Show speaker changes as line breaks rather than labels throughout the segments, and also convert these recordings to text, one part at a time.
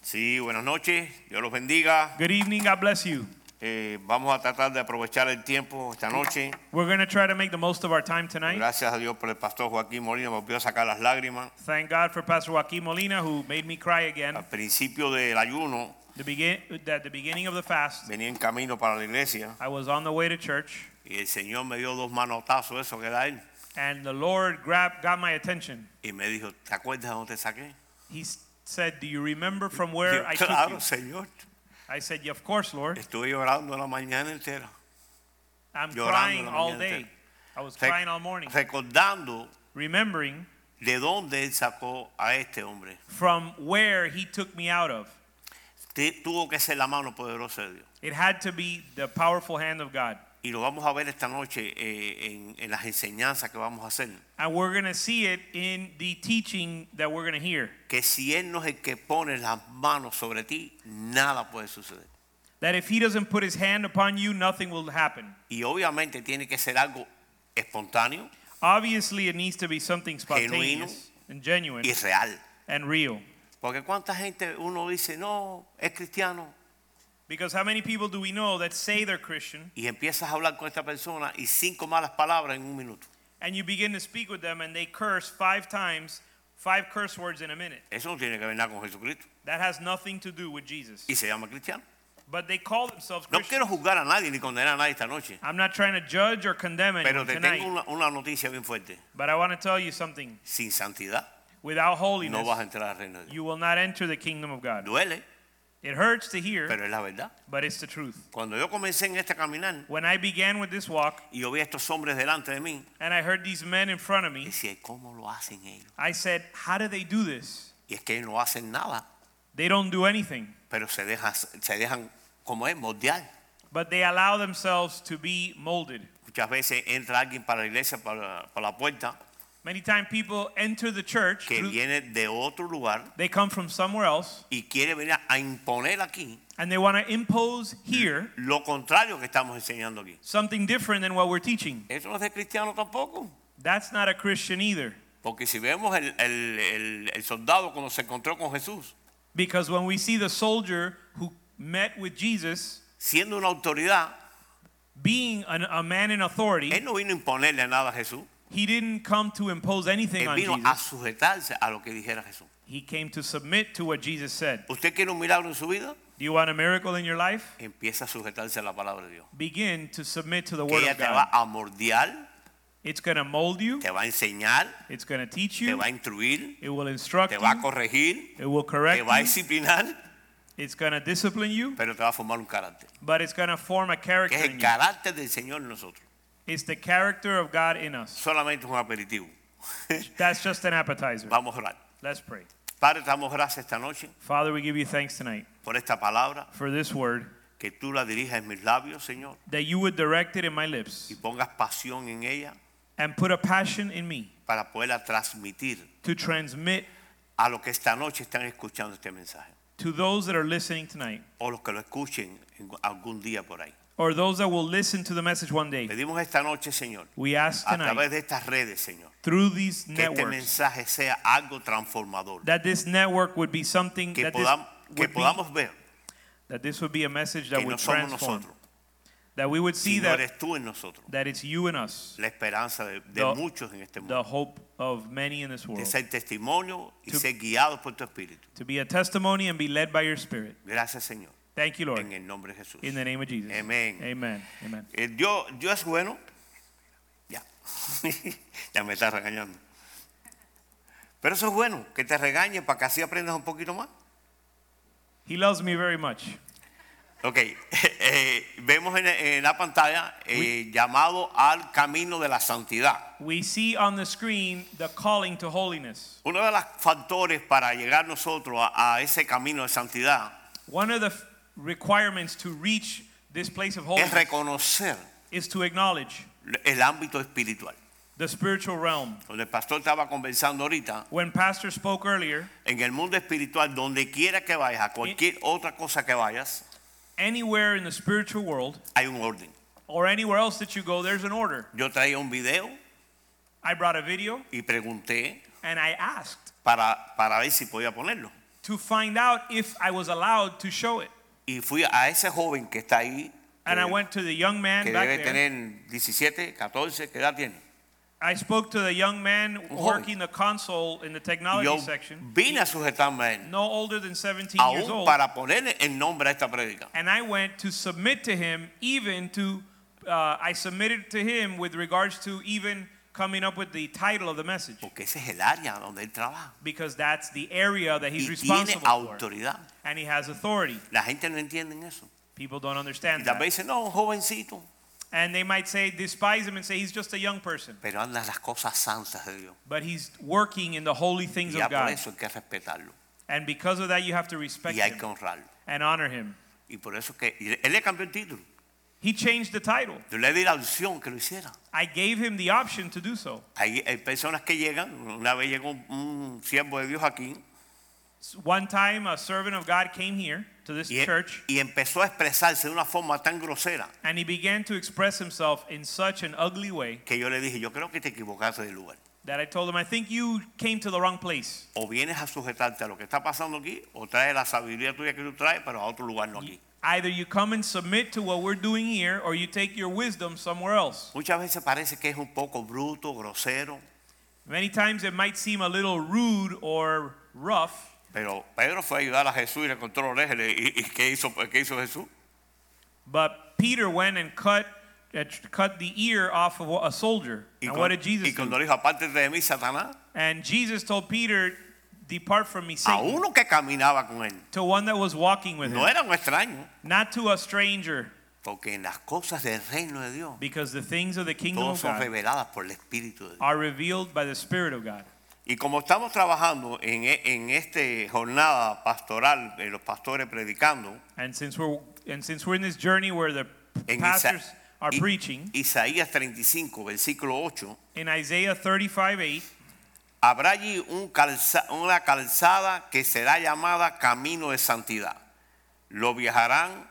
Sí, buenas noches, Dios los bendiga.
Good evening. God bless you.
Eh, vamos a tratar de aprovechar el tiempo esta noche.
We're going to try to make the most of our time tonight.
Gracias a Dios por el pastor Joaquín Molina, me volvió a sacar las lágrimas.
Thank God for Pastor Joaquin Molina who made me cry again.
Al principio del ayuno
The begin at the beginning of the fast,
venía en camino para la iglesia
I was on the way to church
y el Señor me dio dos manotazos, eso que da él,
and the Lord grabbed got my attention.
y me dijo, ¿te acuerdas de dónde te saqué?
He s- said, "Do you remember from
Digo,
where I took you?"
claro, Señor.
I said, "Yeah, "Of course, Lord.
Estuve llorando la mañana entera,
I'm
Llorando
crying
la
all
mañana
day.
entera.
I was
Rec-
crying all morning,
recordando
remembering
de dónde él sacó a este hombre.
from where he took me out of.
Te- Tuvo que ser la mano poderosa de Dios.
It had to be the powerful hand of God."
Y lo vamos a ver esta noche eh, en, en las enseñanzas que vamos a hacer.
And we're going to see it in the teaching that we're going to hear.
Que si Él no es el que pone las manos sobre ti, nada puede suceder.
That if he doesn't put his hand upon you, nothing will happen.
Y obviamente tiene que ser algo espontáneo
Obviously, it needs to be something
Genuino.
spontaneous and genuine
y real.
and real.
Porque cuánta gente uno dice, no, es cristiano.
Because how many people do we know that say they're Christian
Y empiezas a hablar con esta persona y cinco malas palabras en un minuto.
and you begin to speak with them and they curse five times, five curse words in a minute?
Eso no tiene que ver nada con Jesucristo.
That has nothing to do with Jesus.
Y se llama cristiano.
But they call themselves
No quiero
Christian.
juzgar a nadie ni condenar a nadie esta noche.
I'm not trying to judge or condemn
Pero
anyone
te
tonight,
tengo una, una noticia bien fuerte.
but I want to tell you something.
Sin santidad
Without
no
holiness,
vas a entrar al reino de Dios.
you will not enter the kingdom of God.
Duele,
It hurts to hear,
pero es la verdad.
but it's the truth.
Cuando yo comencé en este caminar
When I began with this walk
y yo vi a estos hombres delante de mí,
and I heard these men in front of me,
decía, ¿cómo lo hacen ellos?
I said, How do they do this?
Y es que ellos no hacen nada,
They don't do anything,
pero se dejan, se dejan como es, moldear.
but they allow themselves to be molded.
Muchas veces entra alguien para la iglesia, para, para la puerta,
Many times people enter the church,
que
through-
viene de otro lugar
they come from somewhere else,
y quiere venir a imponer aquí
and they want to impose here
lo contrario que estamos enseñando aquí.
something different than what we're teaching.
Eso no es de cristiano tampoco.
That's not a Christian either.
Porque si vemos el, el- el- el soldado cuando se encontró con Jesús,
Because when we see the soldier who met with Jesus
siendo una autoridad,
being an, a man in authority,
él no vino a imponerle nada a Jesús.
He didn't come to impose anything
Él
on
vino a
Jesus.
sujetarse a lo que dijera Jesús.
He came to submit to what Jesus said.
¿Usted quiere un milagro en su vida?
Do you want a miracle in your life?
Empieza a sujetarse a la palabra de Dios.
Begin to submit to the
Que
word
ella
of
te va
God.
a mordear,
It's going to mold you.
te va a enseñar,
It's going to teach
te
you.
va a instruir,
It will instruct
te va a
you.
corregir,
It will
te
correct
va a
you.
disciplinar,
It's going to discipline you,
pero te va a formar un carácter.
but it's going to form a
Que es
character
el
in you.
carácter del Señor en nosotros.
It's the character of God in us.
Solamente es un aperitivo.
That's just an appetizer.
Vamos a orar.
Let's pray.
Padre, te damos gracias esta noche
Father, we give you thanks tonight
por esta palabra.
for this word
Que tú la dirijas en mis labios, Señor,
that you would direct it in my lips
y pongas pasión en ella
and put a passion in me
para poderla transmitir
to transmit
a los que esta noche están escuchando este mensaje.
to those that are listening tonight
o los que lo escuchen en- algún día por ahí.
or those that will listen to the message one day.
Pedimos esta noche, Señor,
We ask
a
tonight
través de estas redes, Señor,
through these
que este
networks
mensaje sea algo transformador,
that this network would be something
que,
that this,
podam- que
would be,
podamos ver
that this would be a message
que
that
no
would
somos
transform,
nosotros,
that we would see
sino
that
eres tú en nosotros,
that it's you and us,
la esperanza de, de
The-
muchos en este
the
mundo,
hope of many in this
de
world,
ser testimonio y
To-
ser guiados por tu Espíritu.
to be a testimony and be led by your Spirit.
Gracias, Señor,
Thank you, Lord,
en el nombre de Jesús.
in the name of Jesus.
Amén.
Amen. Amen.
Eh, Dios, Dios es bueno. Ya. ya me está regañando. Pero eso es bueno, que te regañe para que así aprendas un poquito más.
He loves me very much.
Ok, eh, vemos en, en la pantalla eh, llamado al camino de la santidad.
We see on the screen the calling to holiness.
Uno de los factores para llegar nosotros a, a ese camino de santidad
One of the f- requirements to reach this place of
es
holiness
reconocer
is to acknowledge
el ámbito espiritual.
the spiritual realm.
Donde el pastor estaba conversando ahorita,
When Pastor spoke earlier,
en el mundo espiritual, donde quiera que vayas, a cualquier otra cosa que vayas,
anywhere in the spiritual world
hay un orden.
or anywhere else that you go, there's an order.
Yo traía un video
I brought a video
y pregunté
and I asked
para, para ver si podía ponerlo.
to find out if I was allowed to show it.
Y fui a ese joven que está ahí, eh,
And I
que,
went to the young man
que
back
debe
there.
tener 17, 14, ¿qué edad tiene?
I spoke to the young man
joven.
working the console in the
Y
technology
yo
section,
vine a sujetarme a él,
no older than 17 years
aún
old.
para ponerle el nombre a esta prédica.
And I went to submit to him, even to, uh, I submitted to him with regards to even coming up with the title of the message,
Porque ese es el área donde él trabaja.
because that's the area that he's
y tiene
responsible for.
autoridad.
And he has authority.
La gente no entiende en eso.
People don't
Y
understand
tal
that.
vez dicen, no, jovencito.
And they might say, despise him and say, he's just a young person.
Pero andan las cosas santas de Dios.
But he's working in the holy
Y
things
ya
of
por
God.
eso hay que respetarlo.
And because of that, you have to respect
Y hay
him
que honrarlo.
and honor him.
Y por eso que y él le cambió el título.
He changed the title.
Yo le di la opción que lo hiciera.
I gave him the option to do so.
Hay, hay personas que llegan. Una vez llegó un- un siervo de Dios aquí
S- One time, a servant of God came here to this
y,
church
y empezó a expresarse de una forma tan grosera
and he began to express himself in such an ugly way
que yo le dije, yo creo que te equivocaste de lugar.
that I told him, I think you came to the wrong place.
O vienes a sujetarte a lo que está pasando aquí, o traes la sabiduría tuya que tú traes, pero a otro lugar no aquí.
Either you come and submit to what we're doing here or you take your wisdom somewhere else.
Muchas veces parece que es un poco bruto, grosero,
Many times it might seem a little rude or rough,
pero Pedro fue a ayudar a Jesús y le cortó la oreja. y le- ¿Y, y qué, hizo, qué hizo Jesús?
but Peter went and cut, uh, tr- cut the ear off of a soldier.
Y,
and
cuan-
what did Jesus
y cuando
do?
le dijo, apártate de mí, Satanás,
And Jesus told Peter, Depart from me,
a
Satan.
uno que caminaba con él,
to one that was walking with
no
him,
era un extraño,
not to a stranger,
porque en las cosas del reino de Dios,
because the things of the kingdom
todas
of
son
God
reveladas por el Espíritu de Dios.
are revealed by the Spirit of God.
Y como estamos trabajando en, e- en esta jornada pastoral, de los pastores predicando,
And since we're and since we're in this journey where the
en Isa-
pastors are
I-
preaching
Isaías 35, versículo 8,
in Isaiah 35:8,
Habrá allí un calza- una calzada que será llamada camino de santidad. Lo viajarán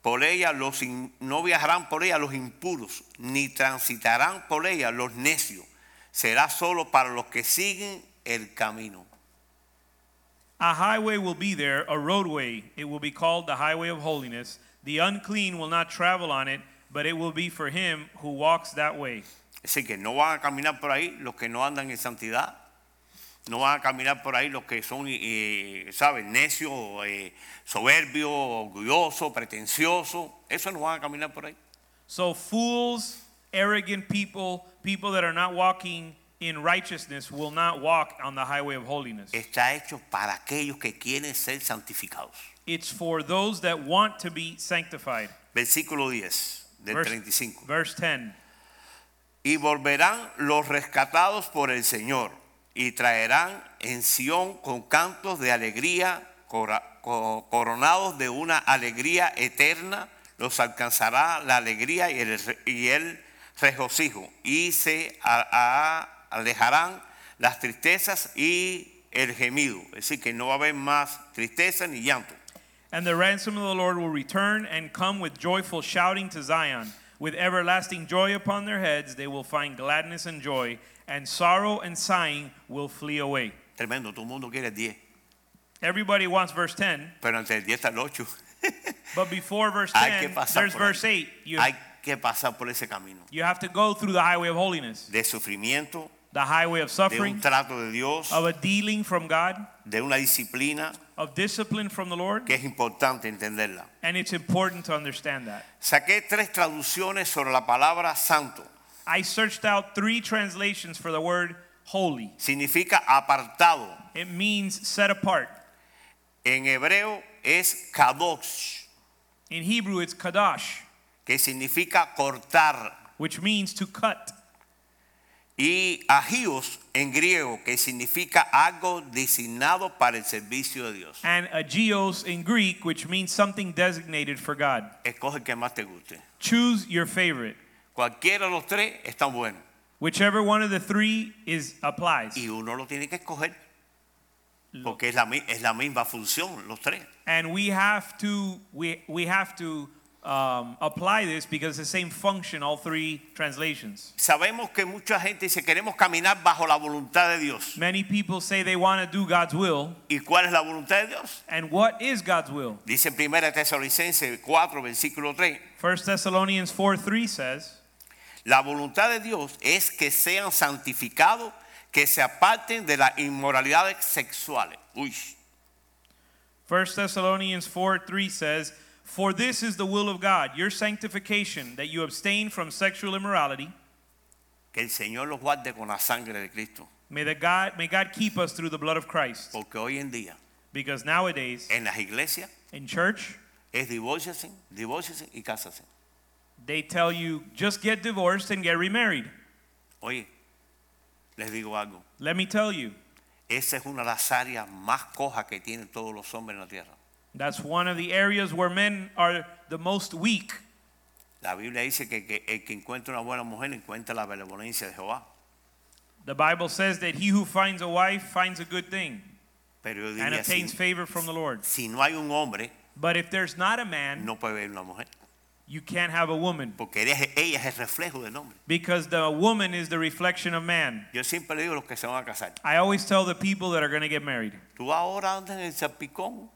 por ella los in- no viajarán por ella los impuros, ni transitarán por ella los necios. Será solo para los que siguen el camino.
a highway will be there, a roadway. It will be called the highway of holiness. The unclean will not travel on it, but it will be for him who walks that way.
Es decir, que no van a caminar por ahí los que no andan en santidad. No van a caminar por ahí los que son, eh, ¿sabes? Necios, eh, soberbios, orgullosos, pretenciosos. Eso no van a caminar por ahí.
So fools, arrogant people, people that are not walking in righteousness will not walk on the highway of holiness.
está hecho para aquellos que quieren ser santificados.
It's for those that want to be sanctified.
Versículo 10 del
Verse-
35.
Verse 10.
Y volverán los rescatados por el Señor y traerán en Sión con cantos de alegría, cora- co- coronados de una alegría eterna, los alcanzará la alegría y el, re- y el regocijo, y se a- a- alejarán las tristezas y el gemido. Es decir, que no va a haber más tristeza ni llanto.
And the ransom of the Lord will return and come with joyful shouting to Zion. With everlasting joy upon their heads, they will find gladness and joy, and sorrow and sighing will flee away.
Tremendo, todo el mundo quiere el 10.
Everybody wants verse 10,
Pero entre el 10 al 8
but before verse
hay que
10,
pasar
there's
por ahí.
verse 8. You,
Hay que pasar por ese camino
you have to go through the highway of holiness,
de sufrimiento,
the highway of
de un
suffering,
trato de Dios,
of a dealing from God,
de una disciplina
of discipline from the Lord,
que es importante entenderla.
and it's important to understand that.
Saqué tres traducciones sobre la palabra santo.
I searched out three translations for the word holy.
Significa apartado.
It means set apart.
En hebreo es kadosh,
In Hebrew, it's kadosh,
que significa cortar.
which means to cut.
y agios en griego, que significa algo designado para el servicio de Dios.
and agios in Greek, which means something designated for God.
Escoge el que más te guste.
Choose your favorite.
Cualquiera de los tres está bueno
Whichever one of the three is applies.
y uno lo tiene que escoger porque es la, mi- es la misma función los tres.
And we have to we we have to um, apply this because the same function all three translations.
Sabemos que mucha gente dice queremos caminar bajo la voluntad de Dios.
Many people say they want to do God's will,
¿Y cuál es la voluntad de Dios?
and what is God's will?
Dice en 1 Tesalonicenses 4, versículo 3.
1 Thessalonians 4 3 says,
La voluntad de Dios es que sean santificados, que se aparten de las inmoralidades sexuales. Uy,
1 Thessalonians 4 3 says, For this is the will of God, your sanctification, that you abstain from sexual immorality.
que el Señor los guarde con la sangre de Cristo.
May the God may God keep us through the blood of Christ.
Porque hoy en día
Because nowadays
en las iglesias
in church,
es divórciense, divórciense y cásense.
they tell you just get divorced and get remarried.
Oye, les digo algo.
Let me tell you,
Esa es una de las áreas más cojas que tienen todos los hombres en la tierra.
that's one of the areas where men are the most weak.
La Biblia dice que, que el que encuentra una buena mujer encuentra la benevolencia de Jehová.
The Bible says that he who finds a wife finds a good thing
Pero yo
and
diría, si,
obtains favor from the Lord.
si no hay un hombre,
But if there's not a man,
no puede haber una mujer.
you can't have a woman
Porque ella es- ella es el reflejo del hombre.
because the woman is the reflection of man.
Yo siempre le digo a los que se van a casar,
I always tell the people that are going to get married.
tú ahora andas en el salpicón,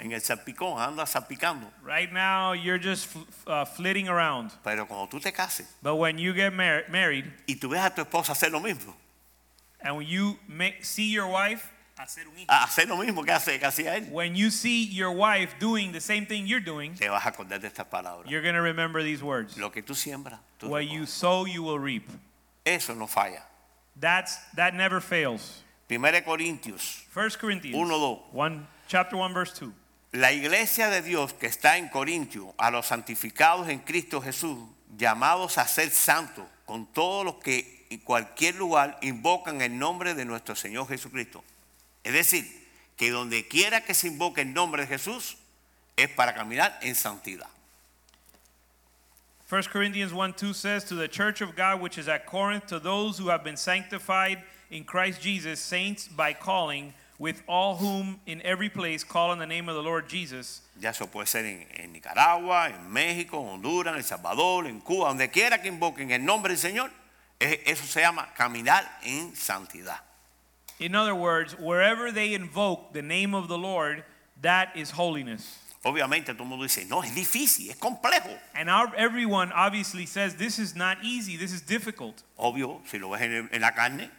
en el salpicón, andas salpicando,
Right now, you're just fl- uh, flitting around.
pero cuando tú te cases
But when you get mar- married,
y tú ves a tu esposa hacer lo mismo,
And when you ma- see your wife,
a hacer lo mismo que, hace, que hacía él,
when you see your wife doing the same thing you're doing,
te vas a acordar de estas palabras.
you're going to remember these words.
Lo que tú siembras, tú
What
recoges.
you sow, you will reap.
eso no falla.
That's that never fails.
1 Corintios,
1 Corinthians
Uno, dos.
1 chapter 1 verse 2.
la iglesia de Dios que está en Corintio, a los santificados en Cristo Jesús, llamados a ser santos, con todos los que en cualquier lugar invocan el nombre de nuestro Señor Jesucristo. Es decir, que donde quiera que se invoque el nombre de Jesús, es para caminar en santidad.
1 Corinthians 1 2 says, To the church of God which is at Corinth, to those who have been sanctified in Christ Jesus, saints by calling, with all whom in every place call on the name of the Lord Jesus,
Ya eso puede ser en, en Nicaragua, en México, en Honduras, en El Salvador, en Cuba, donde quiera que invoquen el nombre del Señor, e- eso se llama caminar en santidad.
In other words, wherever they invoke the name of the Lord, that is holiness.
Obviamente todo el mundo dice, no, es difícil, es complejo.
And our, everyone obviously says this is not easy, this is difficult.
Obvio, si lo ves en, el- en la carne,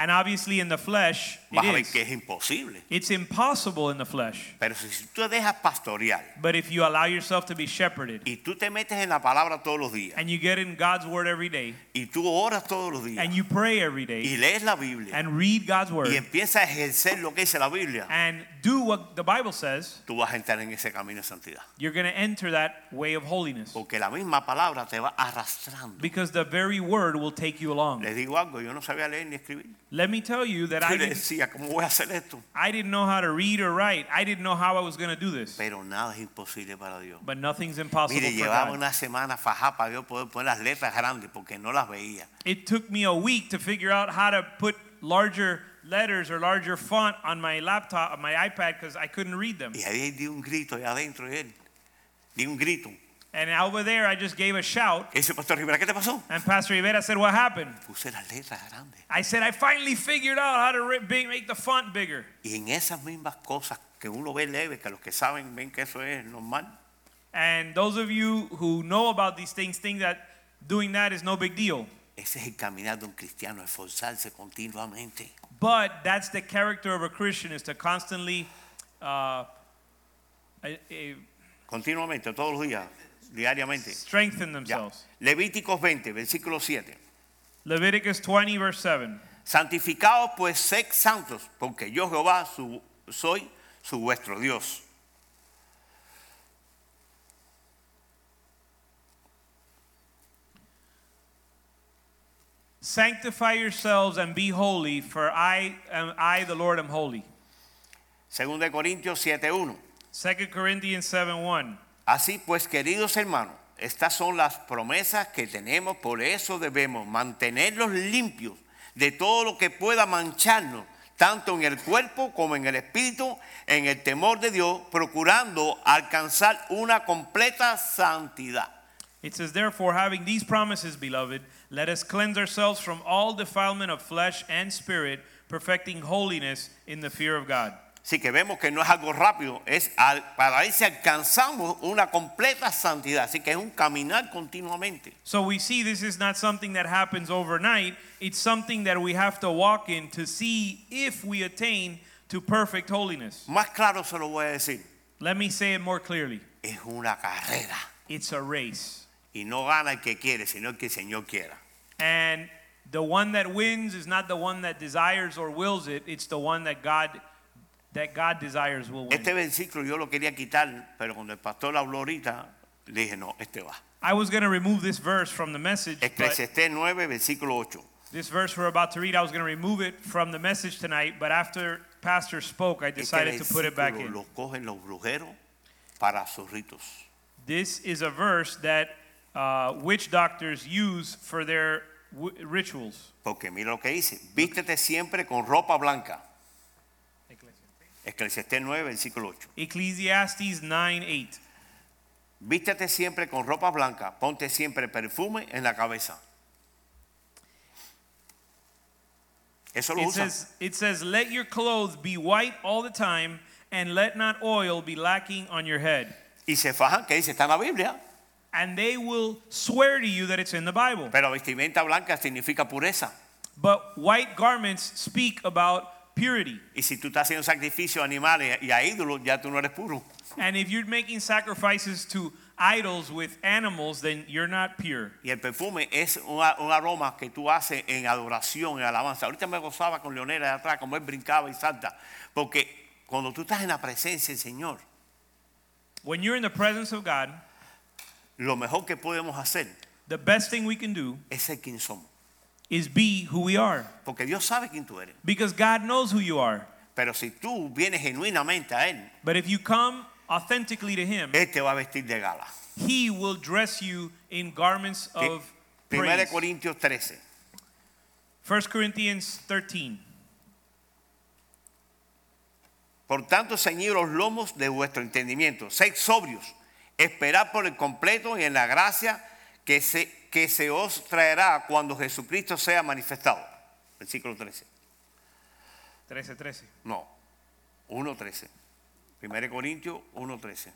And obviously in the flesh,
vas a ver
it
que
is.
es imposible.
It's impossible in the flesh.
Pero si tú te dejas pastorear
But if you allow yourself to be shepherded
y tú te metes en la palabra todos los días,
and you get in God's word every day
y tú oras todos los días,
and you pray every
y
day
lees la Biblia,
and read God's
y
word
empiezas a ejercer lo que dice la Biblia,
and do what the Bible says,
tú vas a entrar en ese camino de santidad.
you're going to enter that way of holiness
Porque la misma palabra te va arrastrando.
because the very word will take you along.
Les digo algo, yo no sabía leer ni escribir.
Let me tell you that I
Yo le
didn't
decía, ¿cómo voy a hacer esto?
I didn't know how to read or write. I didn't know how I was going to do this.
Pero nada es imposible para Dios.
But nothing's impossible
Mire,
for
llevaba
God.
una semana fajada para yo poder poner las letras grandes porque no las veía.
It took me a week to figure out how to put larger letters or larger font on my laptop, on my iPad, because I couldn't read them.
Y ahí di un grito allá adentro de él. Di un grito.
And over there, I just gave a shout.
Ese Pastor Rivera, ¿qué te pasó?
And Pastor Rivera said, What happened?
Puse las letras grandes.
I said, I finally figured out how to ri- big- make the font bigger.
Y en esas mismas cosas que uno ve leve, que los que saben ven que eso es normal,
And those of you who know about these things think that doing that is no big deal.
ese es el caminar de un cristiano, esforzarse continuamente.
But that's the character of a Christian is to constantly uh, eh, eh,
Continuamente, todos los días, diariamente.
strengthen
Ya.
themselves.
Levíticos 20, versículo 7.
Leviticus 20, verse 7.
Santificados pues sed santos, porque yo Jehová su- soy su vuestro Dios.
Sanctify yourselves and be holy, for I, am, I the Lord, am holy.
2 de Corintios 7:1.
2 Corinthians 7 1.
Así pues, queridos hermanos, estas son las promesas que tenemos, por eso debemos mantenernos limpios de todo lo que pueda mancharnos, tanto en el cuerpo como en el espíritu, en el temor de Dios, procurando alcanzar una completa santidad.
It says, Therefore, having these promises, beloved, let us cleanse ourselves from all defilement of flesh and spirit, perfecting holiness in the fear of God.
Así que vemos que no es algo rápido, es al- para ahí si alcanzamos una completa santidad. Así que es un caminar continuamente.
So we see this is not something that happens overnight. It's something that we have to walk in to see if we attain to perfect holiness.
Más claro se lo voy a decir,
Let me say it more clearly
es una carrera
it's a race.
y no gana el que quiere, sino el que el Señor quiera.
And the one that wins is not the one that desires or wills it, it's the one that God that God desires will win.
Este versículo yo lo quería quitar, pero cuando el pastor habló ahorita, le dije, no, este va.
I was going to remove this verse from the message, but
Eclesiastés 9, versículo 8.
this verse we're about to read, I was going to remove it from the message tonight, but after pastor spoke, I
Este
decided to put it back
versículo
in.
lo cogen los brujeros para sus ritos.
This is a verse that uh, witch doctors use for their w- rituals.
Porque mira lo que dice, vístete siempre con ropa blanca. Eclesiastés 9, versículo 8.
Ecclesiastes 9 8.
Vístete siempre con ropa blanca, ponte siempre perfume en la cabeza. Eso lo
It
usan.
says, it says, Let your clothes be white all the time, and let not oil be lacking on your head.
Y se fajan, que dice, está en la Biblia.
And they will swear to you that it's in the Bible.
Pero vestimenta blanca significa pureza.
But white garments speak about purity.
Y si tú estás haciendo sacrificio a animales y a ídolos, ya tú no eres puro.
And if you're making sacrifices to idols with animals, then you're not pure.
Y el perfume es un, a- un aroma que tú haces en adoración, en alabanza. Ahorita me gozaba con Leonela de atrás, como él brincaba y salta. Porque cuando tú estás en la presencia del Señor,
When you're in the presence of God,
lo mejor que podemos hacer
the best thing we can do
es ser quien somos.
is be who we are.
Porque Dios sabe quién tú eres.
Because God knows who you are.
Pero si tú vienes genuinamente a Él,
But if you come authentically to Him,
Él te va a vestir de gala.
He will dress you in garments of
1 de
praise.
Corintios 13.
1 Corinthians 13.
Por tanto, ceñid los lomos de vuestro entendimiento. Sed sobrios. Esperad por el completo y en la gracia que se, que se os traerá cuando Jesucristo sea manifestado. Versículo 13.
13, 13.
No. 1.13. 1 de Corintios 1.13.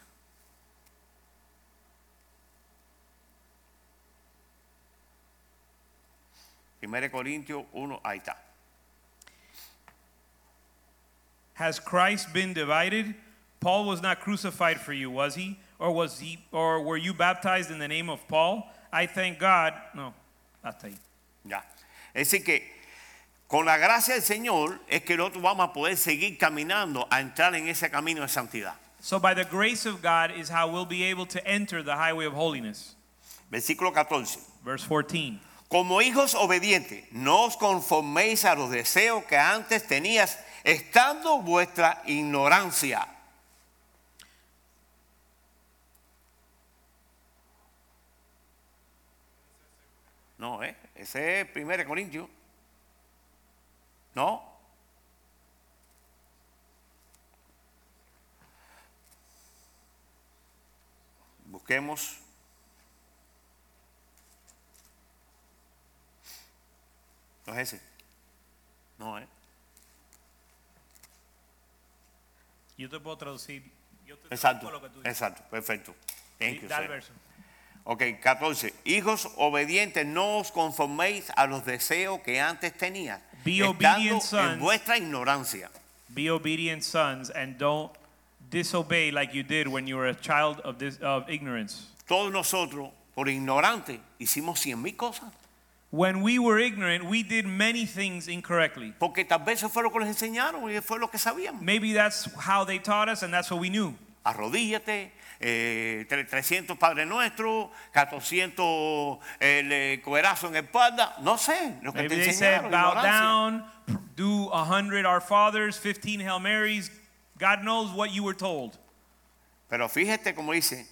Primero Corintios 1, ahí está.
Has Christ been divided? Paul was not crucified for you, was he? Or was he or were you baptized in the name of Paul? I thank God. No. Hasta ahí.
Ya. Es decir que con la gracia del Señor es que nosotros vamos a poder seguir caminando a entrar en ese camino de santidad.
So by the grace of God is how we'll be able to enter the highway of holiness.
Versículo 14.
Verse 14.
Como hijos obedientes, no os conforméis a los deseos que antes tenías, estando vuestra ignorancia. No, ¿eh? Ese es 1 Corintios. No. Busquemos. No es ese. No, ¿eh?
Yo te puedo traducir. Yo te
Exacto.
traduzco lo que tú dices.
Exacto. Perfecto. Thank you,
Da el
sir.
verso.
Ok, 14. Hijos obedientes, no os conforméis a los deseos que antes tenías,
Be
estando
obedient
en
sons.
vuestra ignorancia.
Be obedient sons and don't disobey like you did when you were a child of this of ignorance.
Todos nosotros, por ignorantes, hicimos cien mil cosas,
When we were ignorant, we did many things incorrectly.
porque tal vez eso fue lo que nos enseñaron y fue lo que sabíamos.
Maybe that's how they taught us and that's what we knew.
Arrodíllate, eh, tre- 300 Padre Nuestro, 400 el eh, cuerazo en espalda, no sé, lo que
Maybe
te
they
enseñaron.
said, bow
ignorancia".
down, pr- do a hundred Our Fathers, fifteen Hail Marys. God knows what you were told.
Pero fíjate como dice,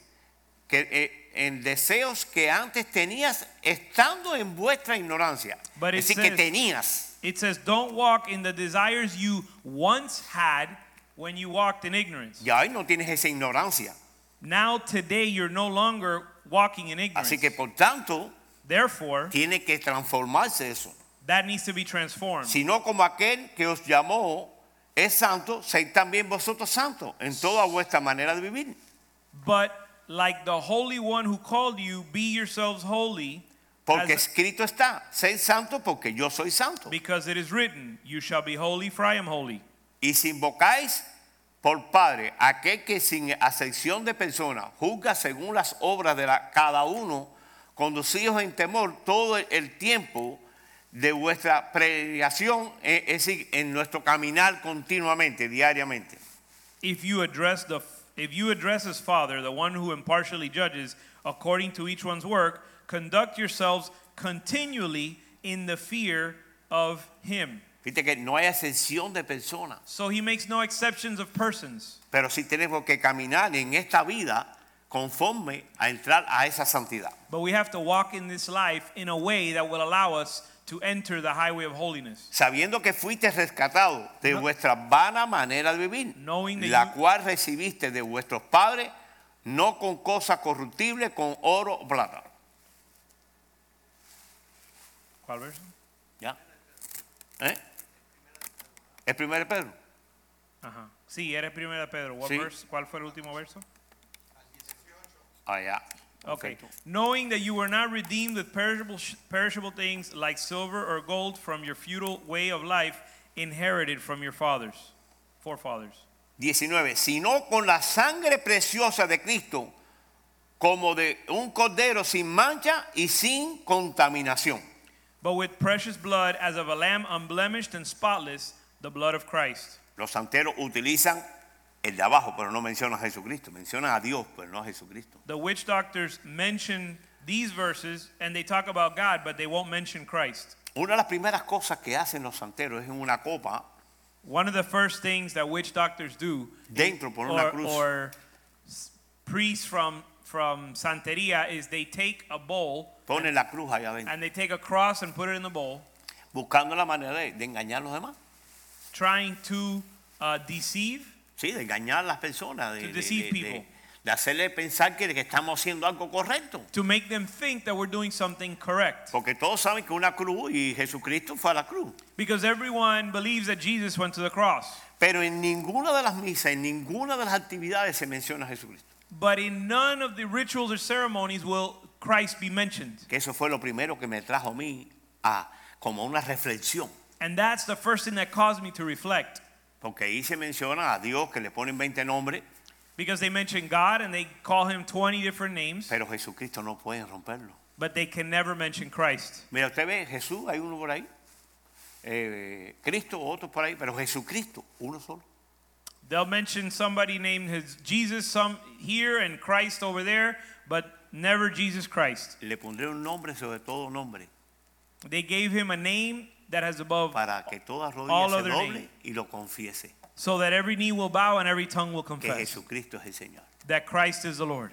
que eh, en deseos que antes tenías estando en vuestra ignorancia.
But it
Así que
says-
tenías.
It says, don't walk in the desires you once had when you walked in ignorance.
Y ahí no tienes esa ignorancia.
Now today you're no longer walking in ignorance.
Así que por tanto,
Therefore,
tiene que transformarse eso.
that needs to be transformed.
Sino como aquel que os llamó es santo, seid también vosotros santos en toda vuestra manera de vivir.
But like the Holy One who called you, be yourselves holy,
Porque
As-
escrito está, sed santo porque yo soy santo.
because it is written, You shall be holy, for I am holy.
Y si invocáis por Padre aquel que sin acepción de persona juzga según las obras de la- cada uno, conducidos en temor todo el, el tiempo de vuestra predicación, eh, es decir, en nuestro caminar continuamente, diariamente.
If you address the if you address as Father, the one who impartially judges according to each one's work, conduct yourselves continually in the fear of him.
Viste que no hay excepción de persona,
So he makes no exceptions of persons.
pero sí tenemos que caminar en esta vida conforme a entrar a esa santidad.
But we have to walk in this life in a way that will allow us to enter the highway of holiness.
sabiendo que fuiste rescatado de
No-
vuestra vana manera de vivir,
Knowing that
la
you-
cual recibiste de vuestros padres, no con cosa corruptible, con oro o plata.
¿Cuál verso?
¿Ya? ¿Eh? El primero de Pedro.
Ajá. Sí, eres primera Pedro. What
Sí.
verse? ¿Cuál fue el último verso?
Allá.
Okay. Knowing that you were not redeemed with perishable, sh- perishable things like silver or gold from your futile way of life inherited from your fathers, forefathers.
19. Sino con la sangre preciosa de Cristo, como de un cordero sin mancha y sin contaminación.
But with precious blood as of a lamb unblemished and spotless, the blood of Christ.
Los santeros utilizan el de abajo, pero no mencionan a Jesucristo. Mencionan a Dios, pero no a Jesucristo.
The witch doctors mention these verses and they talk about God, but they won't mention Christ.
Una de las primeras cosas que hacen los santeros es en una copa
One of the first things that witch doctors do
dentro por una
or,
cruz.
or s- priests from from Santeria is they take a bowl
ponen la cruz allá adentro,
and they take a cross and put it in the bowl,
buscando la manera de, de engañar a los demás.
trying to uh, deceive,
Sí, de engañar a las personas, de,
To
de-
deceive
de-
people.
de- de hacerle pensar que, que estamos haciendo algo correcto.
to make them think that we're doing something correct.
Porque todos saben que una cruz y Jesucristo fue a la cruz.
Because everyone believes that Jesus went to the cross.
Pero en ninguna de las misas, en ninguna de las actividades se menciona a Jesucristo.
But in none of the rituals or ceremonies will Christ be mentioned.
Que eso fue lo primero que me trajo a mí a como una reflexión.
And that's the first thing that caused me to reflect.
Porque ahí se menciona a Dios que le ponen 20 nombres,
Because they mention God and they call him 20 different names,
pero Jesucristo no pueden romperlo.
but they can never mention Christ.
Mira, usted ve Jesús, hay uno por ahí. eh, Cristo, otro por ahí, pero Jesucristo, uno solo.
They'll mention somebody named his Jesus some here and Christ over there, but never Jesus Christ.
Le pondré un nombre sobre todo nombre,
They gave him a name that has above
para que toda rodilla
All
se
other
doble
name.
y lo confiese,
so that every knee will bow and every tongue will
que
confess
Jesucristo es el Señor.
that Christ is the Lord.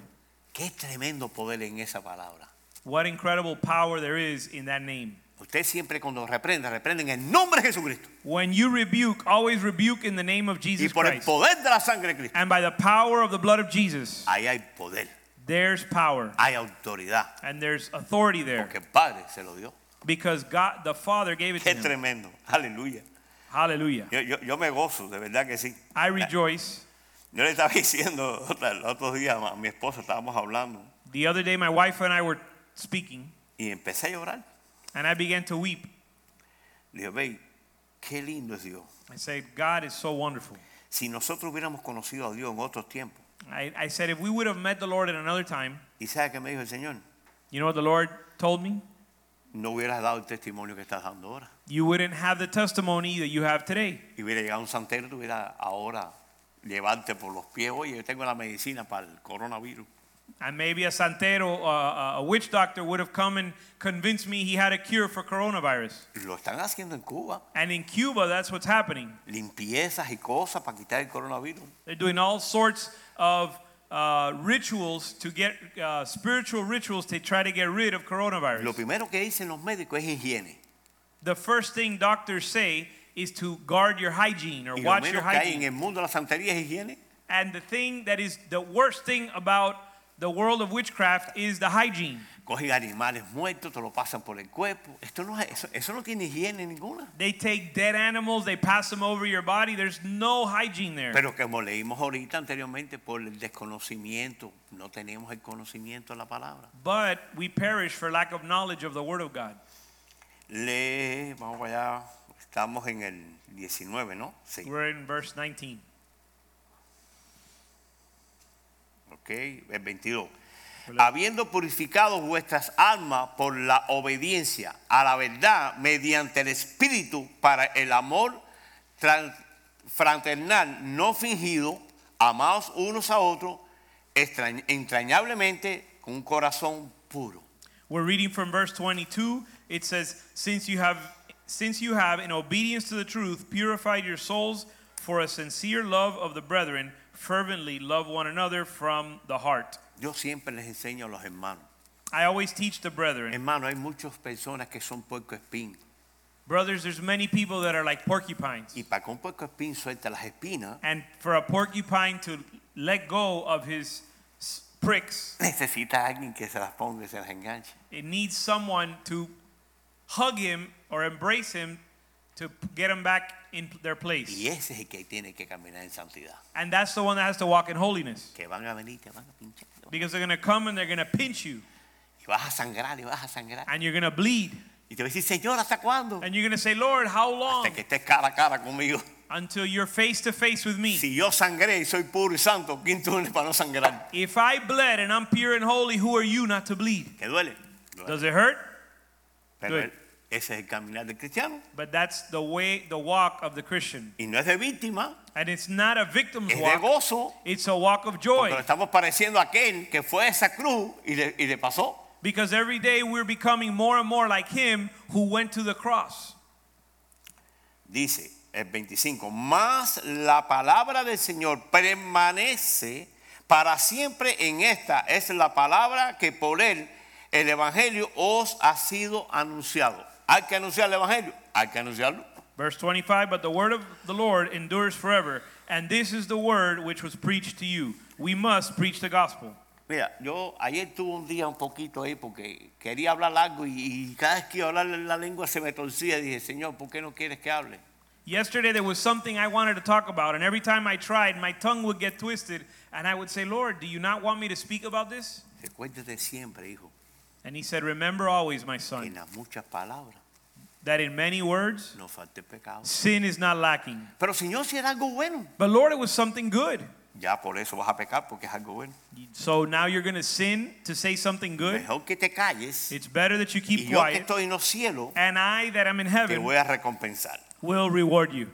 Qué tremendo poder en esa palabra.
What incredible power there is in that name.
Usted siempre cuando reprenda, reprende en el nombre de Jesucristo
When you rebuke, always rebuke in the name of
y
Jesus
por el
Christ.
poder de la sangre de Cristo.
And by the power of the blood of Jesus,
Ahí hay poder,
there's power
hay autoridad,
and there's authority there
porque el Padre se lo dio.
because God the Father gave it to
Qué
him.
tremendo, aleluya.
Hallelujah.
Yo, yo- yo me gozo, de verdad que sí.
I rejoice.
Yo le estaba diciendo otra- los otros días a mi esposa, estábamos hablando
The other day, my wife and I were speaking,
y empecé a llorar.
and I began to weep.
Le digo, "Ve, qué lindo es Dios.
I said, God is so wonderful.
Si nosotros hubiéramos conocido a Dios en otros tiempos,
I, I said, if we would have met the Lord at another time,
¿y sabes qué me dijo el Señor?
you know what the Lord told me?
No hubieras dado el testimonio que estás dando ahora.
You wouldn't have the testimony that you have today.
Y hubiera llegado un santero, y te hubiera ahora levante por los pies. Oye, yo tengo la medicina para el coronavirus.
And maybe a santero, uh, a witch doctor, would have come and convinced me he had a cure for coronavirus.
Lo están haciendo en Cuba.
And in Cuba, that's what's happening.
Limpiezas y cosas para quitar el coronavirus.
They're doing all sorts of uh, rituals to get uh, spiritual rituals to try to get rid of coronavirus.
Lo primero que dicen los médicos es higiene.
The first thing doctors say is to guard your hygiene or
Y lo
watch your
menos que hay
hygiene.
en el mundo de la santería es higiene.
And the thing that is the worst thing about the world of witchcraft is the hygiene.
Cogen animales muertos, te lo pasan por el cuerpo. Esto no es, eso, eso no tiene higiene ninguna.
They take dead animals, they pass them over your body. There's no hygiene there.
Pero como leímos ahorita anteriormente, por el desconocimiento, no tenemos el conocimiento de la palabra.
but we perish for lack of knowledge of the Word of God.
Le, vamos para allá, estamos en el 19, ¿no? Sí.
We're in verse 19.
Ok, el 22. Habiendo purificado vuestras almas por la obediencia a la verdad mediante el Espíritu para el amor tran- fraternal no fingido, amados unos a otros extrañ- entrañablemente con un corazón puro.
We're reading from verse 22. It says, "Since you have since you have in obedience to the truth purified your souls for a sincere love of the brethren, fervently love one another from the heart."
Yo siempre les enseño a los hermanos.
I always teach the brethren.
Hermanos, hay muchas personas que son puerco espín.
Brothers, there's many people that are like porcupines.
Y para que un puerco espín suelte las espinas,
And for a porcupine to let go of his s- pricks,
necesita alguien que se las ponga y se las enganche.
it needs someone to hug him or embrace him to p- get him back in p- their place.
Y ese es el que tiene que caminar en santidad.
And that's the one that has to walk in holiness.
que van a venir, te van a pinchar. te van a-
Because they're going to come and they're going to pinch you
Y vas a sangrar, y vas a sangrar.
and you're going to bleed.
Y te va a decir, Señor, ¿hasta cuándo?
And you're going to say, Lord, how long
Hasta que estés cara a cara conmigo.
until you're face to face with me?
Si yo sangré y soy puro y santo, ¿quién tú eres para no sangrar?
If I bled and I'm pure and holy, who are you not to bleed?
¿Te duele? Duele.
Does it hurt?
Pero
duele.
el- ese es el caminar del cristiano.
But that's the way, the walk of the Christian.
Y no es de víctima,
And it's not a victim's
es de
walk.
gozo.
It's a walk of
Porque
joy
nos estamos pareciendo a aquel que fue a esa cruz y le, y le pasó.
because every day we're becoming more and more like him who went to the cross.
Dice el 25, más la palabra del Señor permanece para siempre en esta. Es la palabra que por él el Evangelio os ha sido anunciado. Hay que anunciar el Evangelio, hay que anunciarlo.
Verse 25 But the word of the Lord endures forever, and this is the word which was preached to you. We must preach the gospel.
Mira, yo ayer tuve un día un poquito ahí porque quería hablar algo y, y cada vez que iba a hablar la lengua se me torcía y dije, Señor, ¿por qué no quieres que hable?
Yesterday there was something I wanted to talk about, and every time I tried, my tongue would get twisted, and I would say, Lord, do you not want me to speak about this?
Recuérdate siempre, hijo,
And he said, Remember always, my
que en
son,
las muchas palabras
that in many words,
no falte pecado.
sin is not lacking.
Pero Señor, si era algo bueno.
But Lord, it was something good.
Ya por eso vas a pecar porque es algo bueno.
So now you're going to sin to say something good?
Mejor que te calles.
It's better that you
Y
keep
yo que
quiet,
estoy en los cielos,
and I that am in
te
heaven
voy a recompensar.
will reward you.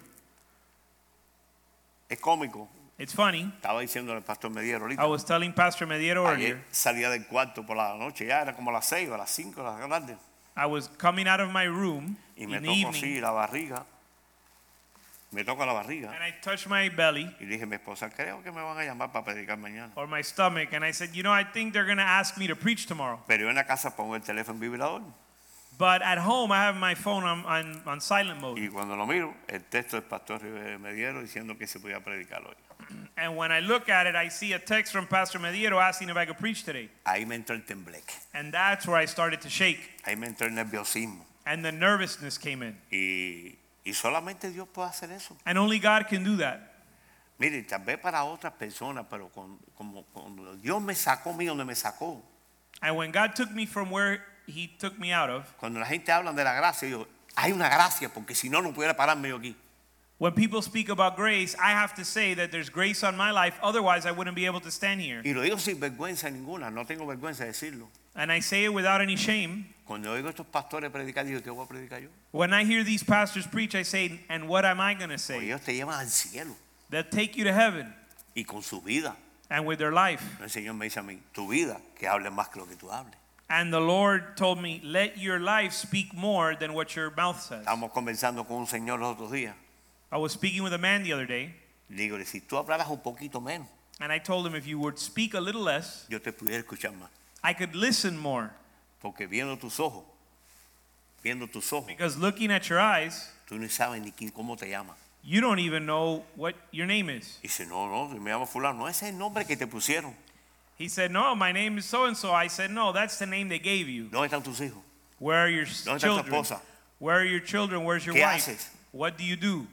Es cómico.
It's funny.
Estaba diciendo al pastor Mediero
I
ahorita.
was telling Pastor Mediero earlier,
Ayer salía del cuarto por la noche, ya era como las seis o las cinco, las grandes.
I was coming out of my room
Y
in
me
the
toco así
evening,
la barriga. Me toca la barriga.
and I touched my belly
Y le dije a mi esposa, creo que me van a llamar para predicar mañana.
or my stomach, and I said, You know, I think they're going to ask me to preach tomorrow.
Pero yo en la casa pongo el teléfono en vibrador.
But at home, I have my phone on, on, on silent mode.
Y cuando lo miro, el texto del pastor Rivera Mediero diciendo que se podía predicar hoy.
And when I look at it, I see a text from Pastor Mediero asking if I could preach today.
Ahí me entró el tembleque.
And that's where I started to shake,
Ahí me entró el nerviosismo.
and the nervousness came in.
Y, y solamente Dios puede hacer eso.
And only God can do that.
Mire, tal vez para otras personas, pero con- como cuando Dios me sacó a mí donde me sacó.
And when God took me from where He took me out of,
Cuando la gente habla de la gracia, yo, hay una gracia, porque si no, no pudiera pararme yo aquí.
when people speak about grace, I have to say that there's grace on my life. Otherwise, I wouldn't be able to stand here.
Y lo digo sin vergüenza ninguna, no tengo vergüenza de decirlo.
And I say it without any shame.
Cuando oigo a estos pastores predicar, digo, ¿qué voy a predicar yo?
When I hear these pastors preach, I say, and what am I going to
Porque
say?
ellos te llevan al cielo.
They'll take you to heaven.
y con su vida.
and with their life.
El Señor me dice a mí, tu vida, que hable más que lo que tú hables.
And the Lord told me, let your life speak more than what your mouth says.
Estábamos conversando con un señor los otros días.
I was speaking with a man the other day,
Le digo, si tú hablaras un poquito menos,
and I told him if you would speak a little less,
yo te pudiera escuchar más.
I could listen more.
Porque viendo tus ojos, viendo tus ojos,
Because looking at your eyes,
tú no sabes ni quién, cómo te llama.
you don't even know what your name is.
Y dice, no, no, me llamo fulano. No, ese es el nombre que te pusieron.
He said, No, my name is so and so. I said, No, that's the name they gave you.
¿Dónde están tus hijos?
Where are your
¿Dónde está tu
children?
esposa?
Where are your children? Where's your
¿Qué
wife?
haces?
What do you do?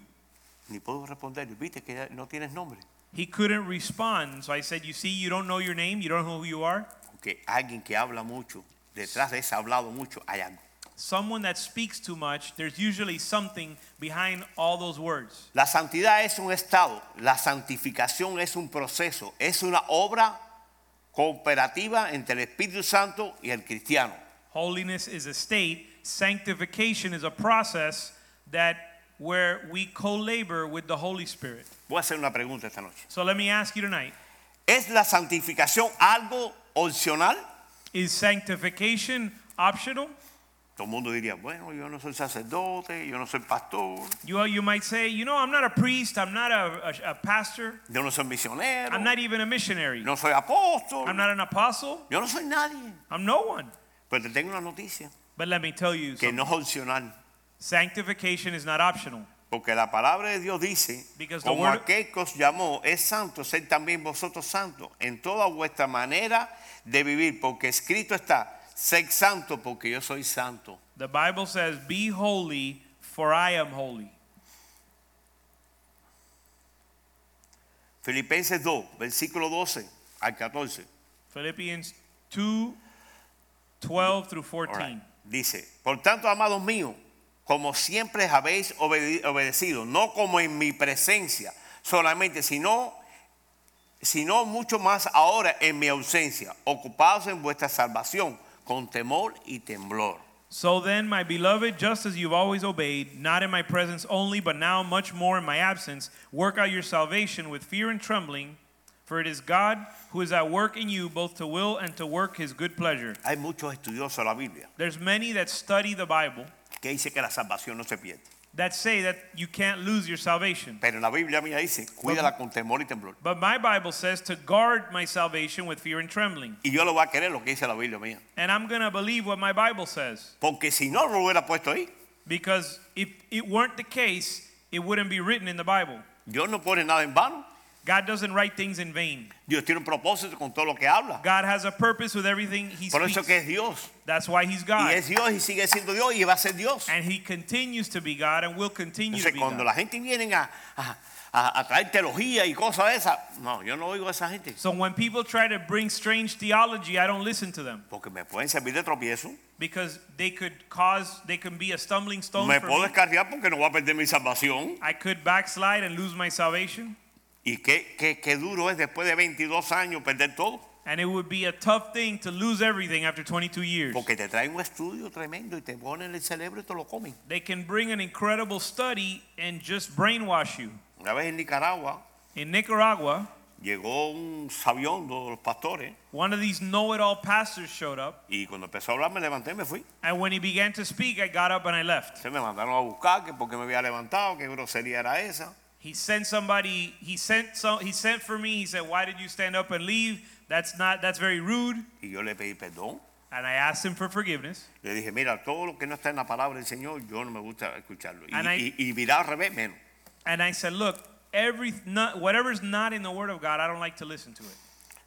Ni puedo responder. Viste que ya no tienes nombre.
He couldn't respond. So I said, You see, you don't know your name, you don't know who you are.
Porque alguien que habla mucho, detrás de ese hablado mucho, hay algo.
Someone that speaks too much, there's usually something behind all those words.
La santidad es un estado, la santificación es un proceso, es una obra cooperativa entre el Espíritu Santo y el cristiano.
Holiness is a state, sanctification is a process that where we co-labor with the Holy Spirit.
Voy a hacer una pregunta esta noche.
So let me ask you tonight,
¿Es la santificación algo opcional?
is sanctification optional?
Todo el mundo diría, bueno, yo no soy sacerdote, yo no soy pastor,
You you might say, you know, I'm not a priest, I'm not a, a, a pastor,
yo no soy misionero,
I'm not even a missionary,
no soy apóstol,
I'm not an apostle,
yo no soy nadie.
I'm no one.
Pero te tengo una noticia,
But let me tell you,
que
something.
no es opcional.
sanctification is not optional.
Porque la palabra de Dios dice,
Because the
como
word-
aquel que os llamó es santo, sed también vosotros santos en toda vuestra manera de vivir, porque escrito está, sed santo porque yo soy santo.
The Bible says, "Be holy, for I am holy."
Filipenses 2, versículo 12 al 14.
Philippians 2 12 through 14.
All right. Dice, por tanto, amados míos, como siempre habéis obede- obedecido, no como en mi presencia solamente, sino, sino mucho más ahora en mi ausencia, ocupados en vuestra salvación con temor y temblor.
So then, my beloved, just as you've always obeyed, not in my presence only, but now much more in my absence, work out your salvation with fear and trembling, for it is God who is at work in you both to will and to work his good pleasure.
Hay muchos estudiosos de la Biblia
There's many that study the Bible
que dicen que la salvación no se pierde,
that say that you can't lose your salvation.
pero en la Biblia mía dice, cuídala con temor y temblor.
But my Bible says to guard my salvation with fear and trembling.
Y yo lo voy a querer lo que dice la Biblia mía,
And I'm going to believe what my Bible says.
porque si no lo hubiera puesto ahí,
Because if it weren't the case, it wouldn't be written in the Bible.
Dios no pone nada en vano.
God doesn't write things in vain.
Dios tiene un propósito con todo lo que habla.
God has a purpose with everything he
Por
speaks.
eso que es Dios.
That's why he's
Y
God.
es Dios y sigue siendo Dios y va a ser Dios.
and he continues to be God and will continue to
Entonces
be
cuando
God.
la gente viene a, a- a- a traer teología y cosas de esas, no, yo no oigo a esa gente.
So when people try to bring strange theology, I don't listen to them
Porque me pueden servir de tropiezo.
because they could cause they can be a stumbling stone
Me
for
puedo
me.
descarriar porque no voy a perder mi salvación.
I could backslide and lose my salvation,
Y qué, qué, qué duro es después de 22 años perder todo.
and it would be a tough thing to lose everything after 22 years.
Porque te traen un estudio tremendo y te ponen el cerebro y te lo comen.
They can bring an incredible study and just brainwash you.
Una vez en Nicaragua
In Nicaragua,
llegó un sabiondo de los pastores
one of these know-it-all pastors showed up,
y cuando empezó a hablar me levanté y me fui.
and when he began to speak, I got up and I left.
Se me mandaron a buscar que porque me había levantado, qué grosería era esa.
He sent somebody. He sent so. He sent for me. He said, "Why did you stand up and leave? That's not. That's very rude."
Y yo le pedí perdón.
And I asked him for forgiveness.
Le dije, mira, todo lo que no está en la palabra del Señor, yo no me gusta escucharlo. Y,
And I-
y- y virar al revés, menos.
And I said, "Look, every not, whatever's not in the Word of God, I don't like to listen to it."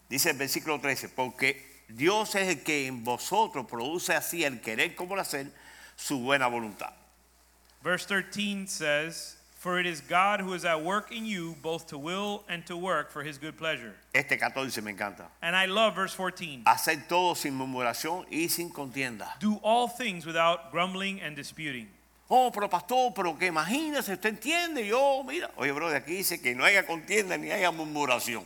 Dice el versículo 13, porque Dios es el que en vosotros produce así el querer como el hacer su buena voluntad.
Verse 13 says, "For it is God who is at work in you, both to will and to work for His good pleasure."
Este 14 me encanta.
And I love verse 14.
Hacer todo sin murmuración y sin contienda.
Do all things without grumbling and disputing.
Oh, pero pastor, pero que imagínese, usted entiende, yo, mira. Oye, bro, de aquí dice que no haya contienda ni haya murmuración.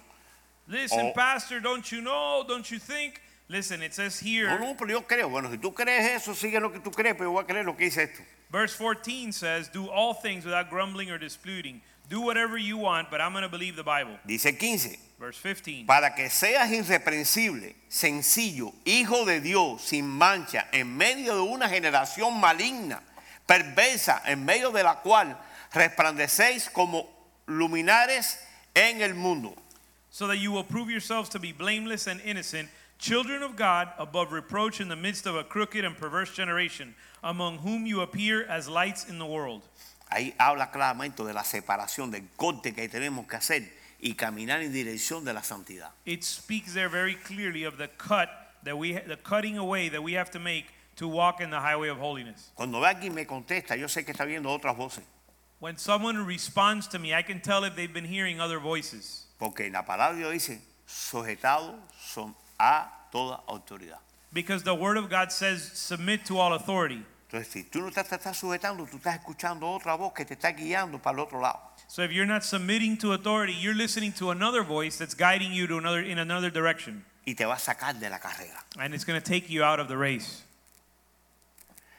Listen,
Oh.
pastor, don't you know? Don't you think? Listen, it says here.
Oh, No, no, pero yo creo. Bueno, si tú crees eso, sigue lo que tú crees, pero yo voy a creer lo que dice esto.
Verse 14 says, Do all things without grumbling or disputing. Do whatever you want, but I'm going to believe the Bible.
Dice 15,
Verse 15.
para que seas irreprensible, sencillo, hijo de Dios, sin mancha, en medio de una generación maligna, perversa, en medio de la cual resplandecéis como luminares en el mundo.
so that you will prove yourselves to be blameless and innocent, children of God, above reproach in the midst of a crooked and perverse generation, among whom you appear as lights in the world.
Ahí habla claramente de la separación, del corte que tenemos que hacer y caminar en dirección de la santidad.
It speaks there very clearly of the cut that we the cutting away that we have to make to walk in the highway of holiness.
Cuando ve alguien me contesta, yo sé que está viendo otras voces,
When someone responds to me, I can tell if they've been hearing other voices
porque en la palabra de Dios dice, sujetados son a toda autoridad.
because the word of God says submit to all authority.
Entonces, si tú no te, te estás sujetando, tú estás escuchando otra voz que te está guiando para el otro lado.
So if you're not submitting to authority, you're listening to another voice that's guiding you to another in another direction
y te va a sacar de la carrera.
and it's going to take you out of the race.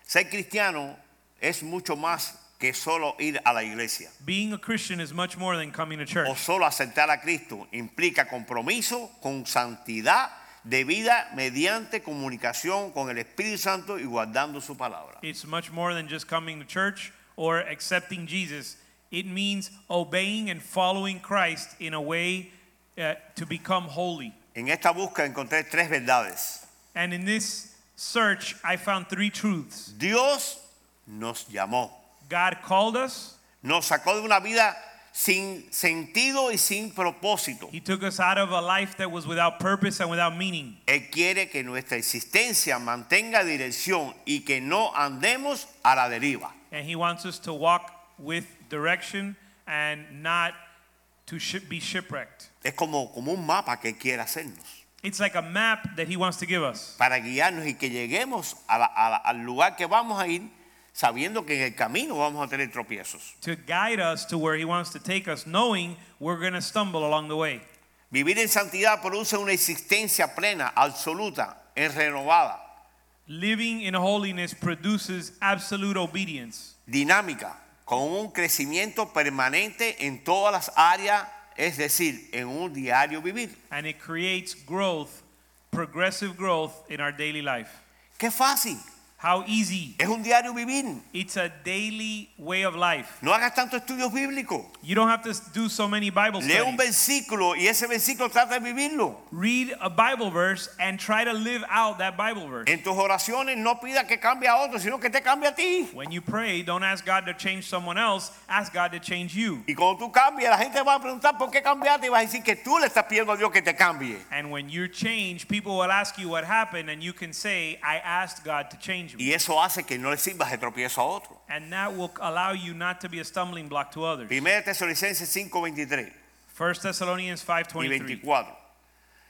Ser cristiano es mucho más que solo ir a la iglesia
Being a Christian is much more than coming to
o
church.
solo aceptar a Cristo. Implica compromiso con santidad de vida mediante comunicación con el Espíritu Santo y guardando su palabra.
It's much more than just coming to church or accepting Jesus. It means obeying and following Christ in a way uh, to become holy.
En esta búsqueda encontré tres verdades.
And in this search, I found three truths.
Dios nos llamó,
God called us,
nos sacó de una vida sin sentido y sin propósito.
He took us out of a life that was without purpose and without meaning.
Él quiere que nuestra existencia mantenga dirección y que no andemos a la deriva.
And He wants us to walk with direction and not to ship, be shipwrecked.
Es como, como un mapa que quiere hacernos
It's like a map that He wants to give us.
para guiarnos y que lleguemos a la- a la- al lugar que vamos a ir sabiendo que en el camino vamos a tener tropiezos.
to guide us to where he wants to take us, knowing we're going to stumble along the way.
Vivir en santidad produce una existencia plena, absoluta, es renovada,
Living in holiness produces absolute obedience.
dinámica, con un crecimiento permanente en todas las áreas, es decir, en un diario vivir.
And it creates growth, progressive growth in our daily life.
¡Qué fácil!
How easy.
Es un diario vivir.
It's a daily way of life.
No hagas tanto estudios bíblicos.
You don't have to s- do so many Bible
Lee un
studies.
versículo y ese versículo trata de vivirlo.
Read a Bible verse and try to live out that Bible verse.
En tus oraciones no pida que cambie a otro, sino que te cambie a ti.
When you pray, don't ask God to change someone else, ask God to change you.
Y cuando tú cambies, la gente va a preguntar por qué cambiaste y vas a decir que tú le estás pidiendo a Dios que te cambie.
And when you're changed, people will ask you what happened, and you can say, I asked God to change me.
Y eso hace que no le sirvas de tropiezo a otro.
And that will allow you not to be a stumbling block to others.
Primera Tesalonicenses 5, 23
1 Thessalonians 5
y
23,
24.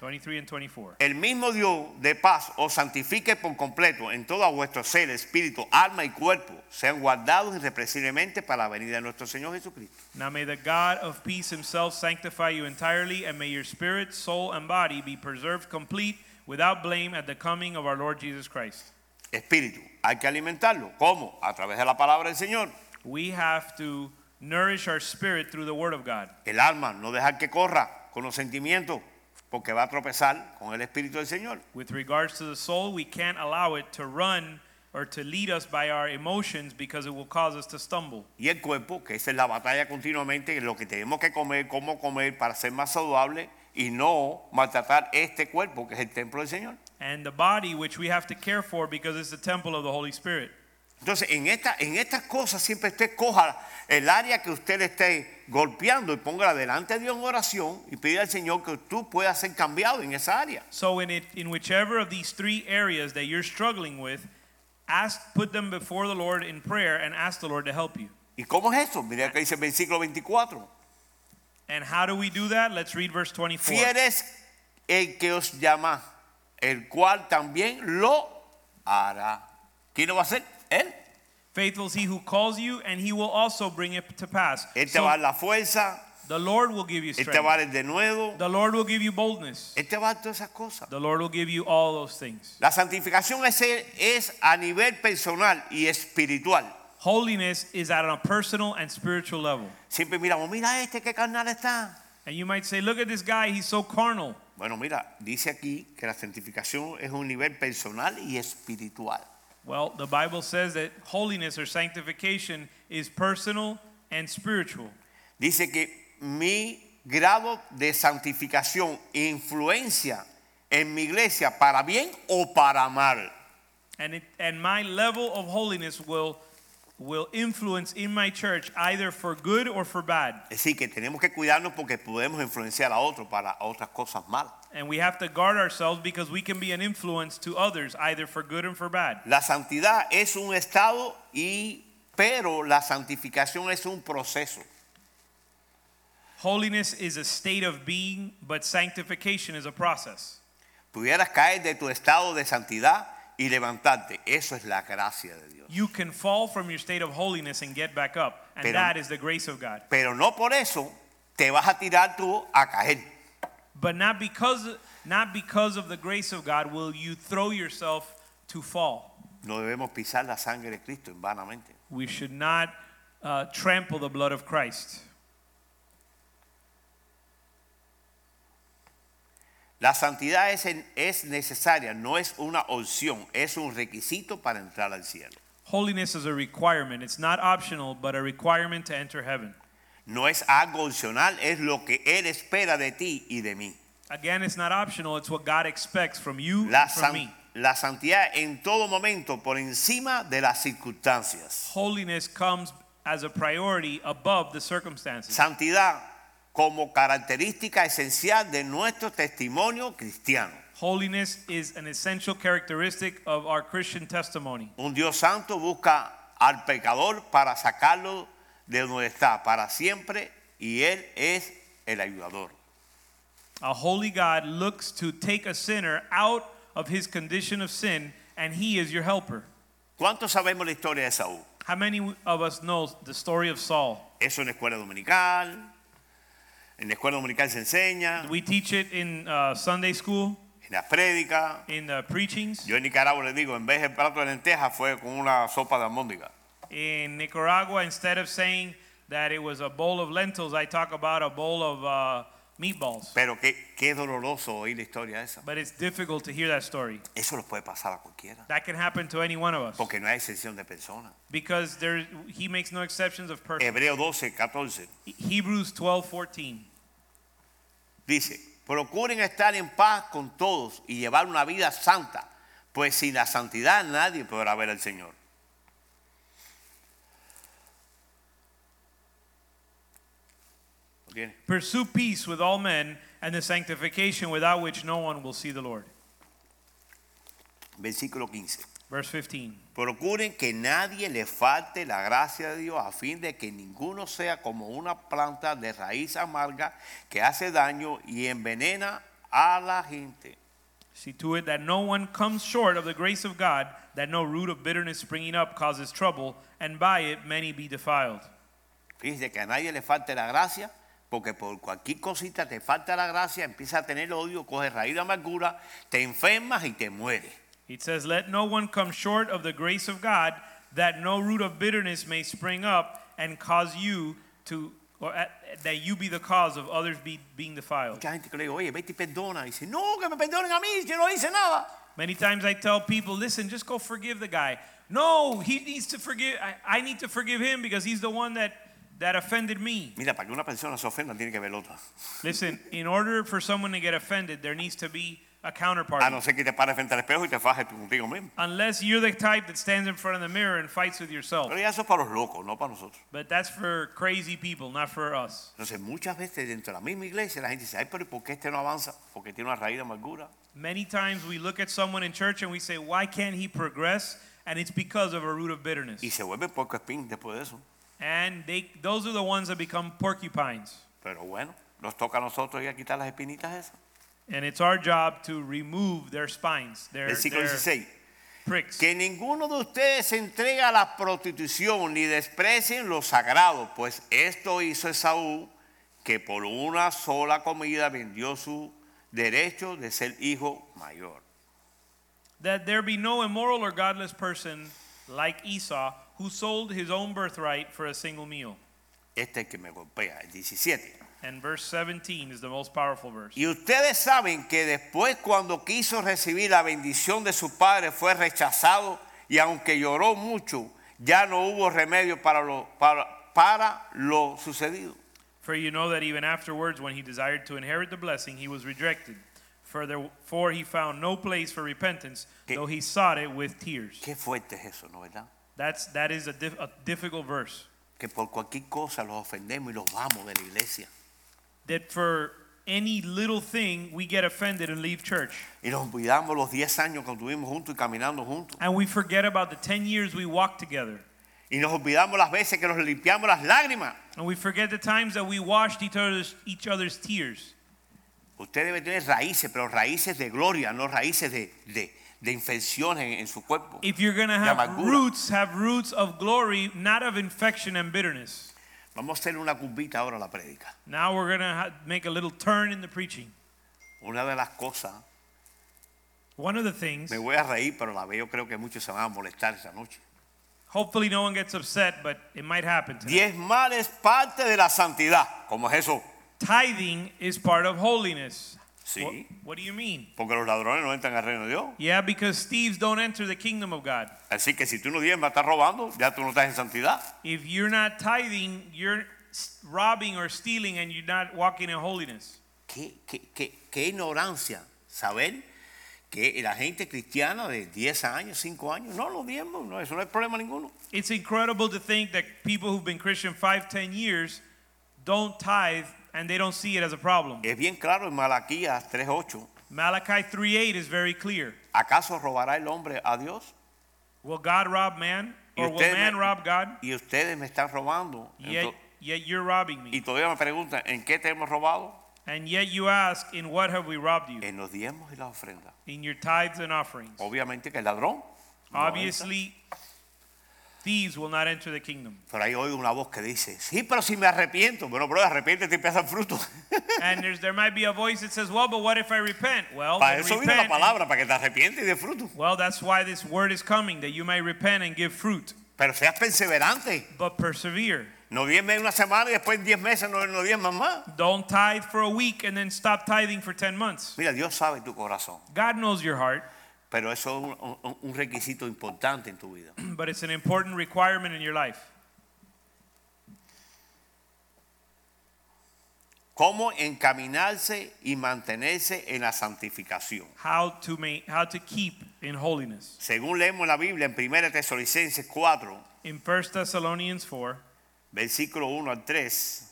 23 and 24.
El mismo Dios de paz os santifique por completo en todo vuestro ser, espíritu, alma y cuerpo. Sean guardados irrepresiblemente para la venida de nuestro Señor Jesucristo.
Now may the God of peace himself sanctify you entirely, and may your spirit, soul, and body be preserved complete without blame at the coming of our Lord Jesus Christ.
Espíritu, hay que alimentarlo. ¿Cómo? A través de la palabra del Señor.
We have to nourish our spirit through the Word of God.
El alma, no dejar que corra con los sentimientos, porque va a tropezar con el Espíritu del Señor.
With regards to the soul, we can't allow it to run or to lead us by our emotions because it will cause us to stumble.
Y el cuerpo, que esa es la batalla continuamente, que es lo que tenemos que comer, cómo comer para ser más saludable y no maltratar este cuerpo, que es el templo del Señor.
And the body, which we have to care for because it's the temple of the Holy Spirit.
Entonces, en, esta, en estas cosas siempre usted coja el área que usted le esté golpeando y póngala delante de Dios en oración y pida al Señor que tú puedas ser cambiado en esa área.
So, in, it, in whichever of these three areas that you're struggling with, ask, put them before the Lord in prayer and ask the Lord to help you.
¿Y cómo es eso? Mira que dice el versículo 24.
And how do we do that? Let's read verse 24.
Fiel es el que os llama, el cual también lo hará. ¿Quién lo va a hacer? Él.
Faithful is he who calls you, and he will also bring it to pass.
Él te
So
va a dar la fuerza,
the Lord will give you
Él te va a
strength.
dar el denuedo,
The Lord will give you boldness.
Él te va a dar todas esas cosas.
The Lord will give you all those things.
La santificación es, es a nivel personal y espiritual.
Holiness is at a personal and spiritual level.
Siempre miramos, mira este que carnal está.
And you might say, look at this guy, he's so carnal.
Bueno, mira, dice aquí que la santificación es un nivel personal y espiritual.
Well, the Bible says that holiness or sanctification is personal and spiritual.
Dice que mi grado de santificación influencia en mi iglesia para bien o para mal.
And, it, and my level of holiness will, will influence in my church either for good or for bad.
Es decir, que tenemos que cuidarnos porque podemos influenciar a otros para otras cosas malas.
And we have to guard ourselves because we can be an influence to others either for good and for bad.
La santidad es un estado y pero la santificación es un proceso.
Holiness is a state of being, but sanctification is a process.
Pudieras caer de tu estado de santidad y levantarte. Eso es la gracia de Dios.
You can fall from your state of holiness and get back up, and
Pero-
that is the grace of God.
Pero no por eso te vas a tirar tú a caer.
But not because not because of the grace of God will you throw yourself to fall.
No debemos pisar la sangre de Cristo vanamente.
We should not uh, trample the blood of Christ.
La santidad es, en- es necesaria, no es una opción, es un requisito para entrar al cielo.
Holiness is a requirement. It's not optional, but a requirement to enter heaven.
No es algo opcional, es lo que Él espera de ti y de mí.
Again, it's not optional. It's what God expects from you
La,
and from
san-
me.
la santidad en todo momento, por encima de las circunstancias.
Holiness comes as a priority above the circumstances.
Santidad como característica esencial de nuestro testimonio cristiano.
Holiness is an essential characteristic of our Christian testimony.
Un Dios santo busca al pecador para sacarlo de donde está para siempre y Él es el ayudador.
A holy God looks to take a sinner out of his condition of sin, and he is your helper.
¿Cuántos sabemos la historia de Saúl?
How many of us know the story of Saul?
Eso en la escuela dominical. En la escuela dominical se enseña,
We teach it in uh, Sunday school,
en las prédicas.
in the preachings.
Yo en Nicaragua le digo, en vez de plato de lentejas fue con una sopa de almóndiga.
In Nicaragua, instead of saying that it was a bowl of lentils, I talk about a bowl of uh, meatballs.
Pero qué, qué doloroso oír la historia esa.
But it's difficult to hear that story.
Eso nos puede pasar a cualquiera.
That can happen to any one of us
Porque no hay excepción de personas.
because there, he makes no exceptions of person.
Hebreo 12, 14
Hebrews 12 14.
dice, procuren estar en paz con todos y llevar una vida santa, pues sin la santidad nadie podrá ver al Señor. ¿Lo tiene?
Pursue peace with all men and the sanctification without which no one will see the Lord.
Versículo 15.
Verse 15.
Procuren que nadie le falte la gracia de Dios a fin de que ninguno sea como una planta de raíz amarga que hace daño y envenena a la gente.
See to it that no one comes short of the grace of God, that no root of bitterness springing up causes trouble, and by it many be defiled.
Fíjense que a nadie le falte la gracia, porque por cualquier cosita te falta la gracia, empieza a tener odio, coge raíz de amargura, te enfermas y te mueres.
It says, Let no one come short of the grace of God, that no root of bitterness may spring up and cause you to, or uh, that you be the cause of others be, being defiled.
Mucha gente que le digo, oye, vete y perdona. Y dice, no, que me perdonen a mí, yo no hice nada.
Many times I tell people, listen, just go forgive the guy. No, he needs to forgive. I, I need to forgive him because he's the one that, that offended me.
Mira, para que una persona se ofenda tiene que ver otra.
Listen, in order for someone to get offended, there needs to be a counterpart.
A no ser que te pares frente al espejo y te fajes tú contigo mismo.
Unless you're the type that stands in front of the mirror and fights with yourself.
Pero ya eso es para los locos, no para nosotros.
But that's for crazy people, not for us.
Entonces, muchas veces dentro de la misma iglesia la gente dice, ay, pero ¿y ¿por qué este no avanza? Porque tiene una raíz de amargura.
Many times we look at someone in church and we say, why can't he progress? And it's because of a root of bitterness.
Y se vuelve porco espín después de eso.
And they, those are the ones that become porcupines.
Pero bueno, nos toca a nosotros ir a quitar las espinitas esas.
And it's our job to remove their spines, their,
Versículo
their
16.
pricks.
Que ninguno de ustedes se entregue a la prostitución ni desprecien lo sagrado, pues esto hizo Esaú, que por una sola comida vendió su derecho de ser hijo mayor.
That there be no immoral or godless person like Esau who sold his own birthright for a single meal.
Este es el que me golpea, el 17.
And verse 17 is the most powerful verse.
Y ustedes saben que después cuando quiso recibir la bendición de su padre fue rechazado y aunque lloró mucho, ya no hubo remedio para lo, para, para lo sucedido.
For you know that even afterwards, when he desired to inherit the blessing, he was rejected. Further, for he found no place for repentance,
Que-
though he sought it with tears.
Qué fuerte es eso, ¿no verdad?
That's that is a, dif- a difficult verse.
Que por cualquier cosa los ofendemos y los vamos de la iglesia.
That for any little thing we get offended and leave church,
Y nos olvidamos los 10 años que estuvimos juntos y caminando juntos.
and we forget about the ten years we walked together,
Y nos olvidamos las veces que nos limpiamos las lágrimas.
and we forget the times that we washed each other's each other's tears.
Usted debe tener raíces, pero raíces de gloria, no raíces de, de, de infecciones en, en su cuerpo.
If you're gonna
De
have
amargura.
roots, have roots of glory, not of infection and bitterness.
Vamos a hacer una curvita ahora a la prédica.
Now we're gonna ha- make a little turn in the preaching.
Una de las cosas,
One of the things.
me voy a reír, pero la veo, creo que muchos se van a molestar esta noche.
Hopefully, no one gets upset, but it might happen. Tonight.
Diez males parte de la santidad. ¿Cómo es eso?
Tithing is part of holiness.
Sí.
What, what do you mean?
Porque los ladrones no entran al reino de Dios.
Yeah, because thieves don't enter the kingdom of God.
Así que si tú no diezmas, estás robando, ya tú no estás en santidad.
If you're not tithing, you're s- robbing or stealing, and you're not walking in holiness.
Qué, qué- qué- qué ignorancia saber que la gente cristiana de 10 años, 5 años, no los diezmos, no, eso no es problema ninguno.
It's incredible to think that people who've been Christian five, ten years don't tithe and they don't see it as a problem.
Es bien claro en Malaquías 3:8.
Malachi 3:8 is very clear.
¿Acaso robará el hombre a Dios?
Will God rob man,
Y
or will
ustedes me-
man rob God?
Y ustedes me están robando.
Yet,
Ento-
yet you're robbing me.
y todavía me preguntan, ¿en qué te hemos robado?
And yet you ask, in what have we robbed you?
En los diezmos y las ofrendas.
In your tithes and offerings.
Obviamente que el ladrón. no entra.
Obviously, thieves will not enter the kingdom.
Pero ahí oigo una voz que dice, sí, pero si me arrepiento. Bueno, pero arrepiéntete y pesa el fruto.
And there's, there might be a voice that says, well, but what if I repent? Well,
para
then
eso vino la
repent.
palabra, para que te arrepientes y de fruto.
Well, that's why this word is coming, that you may repent and give fruit,
Pero seas perseverante.
but persevere.
No diezmes una semana y después en diez meses no, no diezmas más.
Don't tithe for a week and then stop tithing for 10 months.
Mira, Dios sabe tu corazón.
God knows your heart,
Pero eso es un- un- un requisito importante en tu vida.
but it's an important requirement in your life.
cómo encaminarse y mantenerse en la santificación.
How to, make, how to keep in holiness.
Según leemos la Biblia en 1 Tesalonicenses 4,
In 1 Thessalonians 4,
versículo 1 al 3,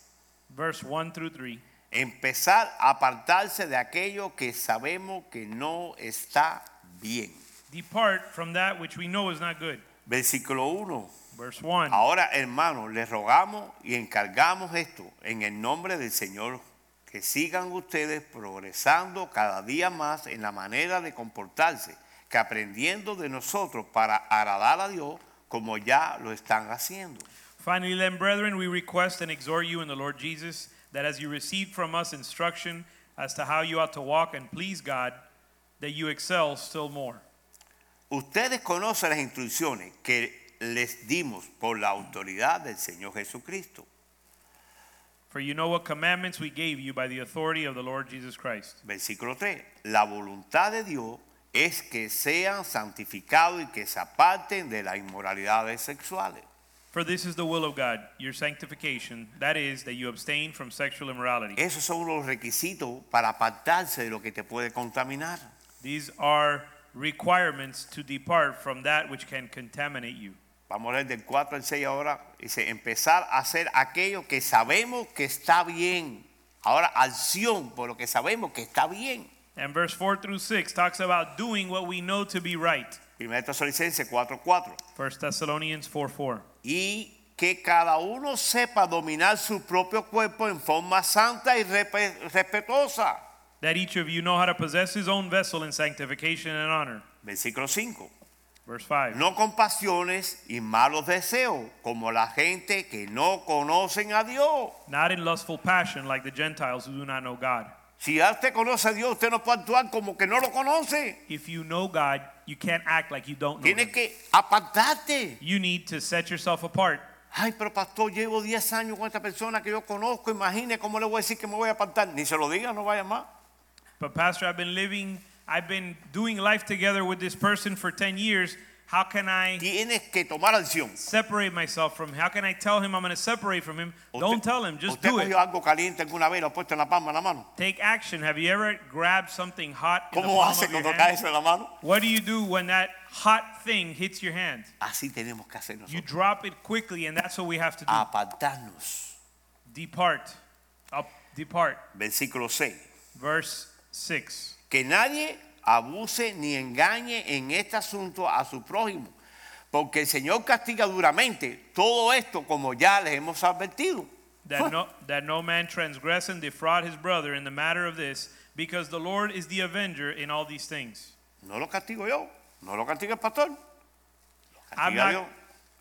verse 1 through 3.
empezar a apartarse de aquello que sabemos que no está bien.
Depart from that which we know is not good.
Versículo 1.
Verse 1.
Ahora, hermanos, les rogamos y encargamos esto en el nombre del Señor, que sigan ustedes progresando cada día más en la manera de comportarse, que aprendiendo de nosotros para agradar a Dios como ya lo están haciendo.
Finally, then, brethren, we request and exhort you in the Lord Jesus that as you received from us instruction as to how you ought to walk and please God, that you excel still more.
Ustedes conocen las instrucciones que les dimos por la autoridad del Señor Jesucristo.
For you know what commandments we gave you by the authority of the Lord Jesus Christ.
Versículo 3. La voluntad de Dios es que sean santificados y que se aparten de las inmoralidades sexuales.
For this is the will of God, your sanctification, that is, that you abstain from sexual immorality.
Esos son los requisitos para apartarse de lo que te puede contaminar.
These are requirements to depart from that which can contaminate you.
Vamos a leer del 4 al 6 ahora. Dice, empezar a hacer aquello que sabemos que está bien. Ahora, acción por lo que sabemos que está bien.
And verse 4 through 6 talks about doing what we know to be right.
1 Tesalonicenses 4, 4.
1 Thessalonians 4 4.
Y que cada uno sepa dominar su propio cuerpo en forma santa y respe- respetuosa.
That each of you know how to possess his own vessel in sanctification and honor.
Versículo 5.
Verse 5.
No con pasiones y malos deseos, como la gente que no conocen a Dios.
Not in lustful passion like the Gentiles who do not know God.
Si ya usted conoce a Dios, usted no puede actuar como que no lo conoce.
If you know God, you can't act like you don't know
Tienes
him.
que apartarte.
You need to set yourself apart.
Ay, pero pastor, llevo 10 años con esta persona que yo conozco. Imagine cómo le voy a decir que me voy a apartar. Ni se lo diga, no vaya más.
But pastor, I've been living, I've been doing life together with this person for 10 years. How can I
Tienes que tomar acción.
separate myself from him? How can I tell him I'm going to separate from him? Don't tell him, just
¿Usted
do it.
cogió algo caliente alguna vez y lo ha puesto en la palma de la mano?
Take action. Have you ever grabbed something hot in the
¿Cómo
palm
hace
of your
cuando cae
hand?
eso en la mano?
What do you do when that hot thing hits your hand?
Así tenemos que hacer
You
nosotros.
drop it quickly, and that's what we have to do.
Ah. Apartarnos.
Depart. Up, depart.
Versículo 6.
Verse 6.
Que nadie abuse ni engañe en este asunto a su prójimo. Porque el Señor castiga duramente todo esto como ya les hemos advertido.
That no, that no man transgress and defraud his brother in the matter of this, because the Lord is the avenger in all these things.
No lo castigo yo, no lo castiga el pastor. Lo
I'm
castiga Dios.
not,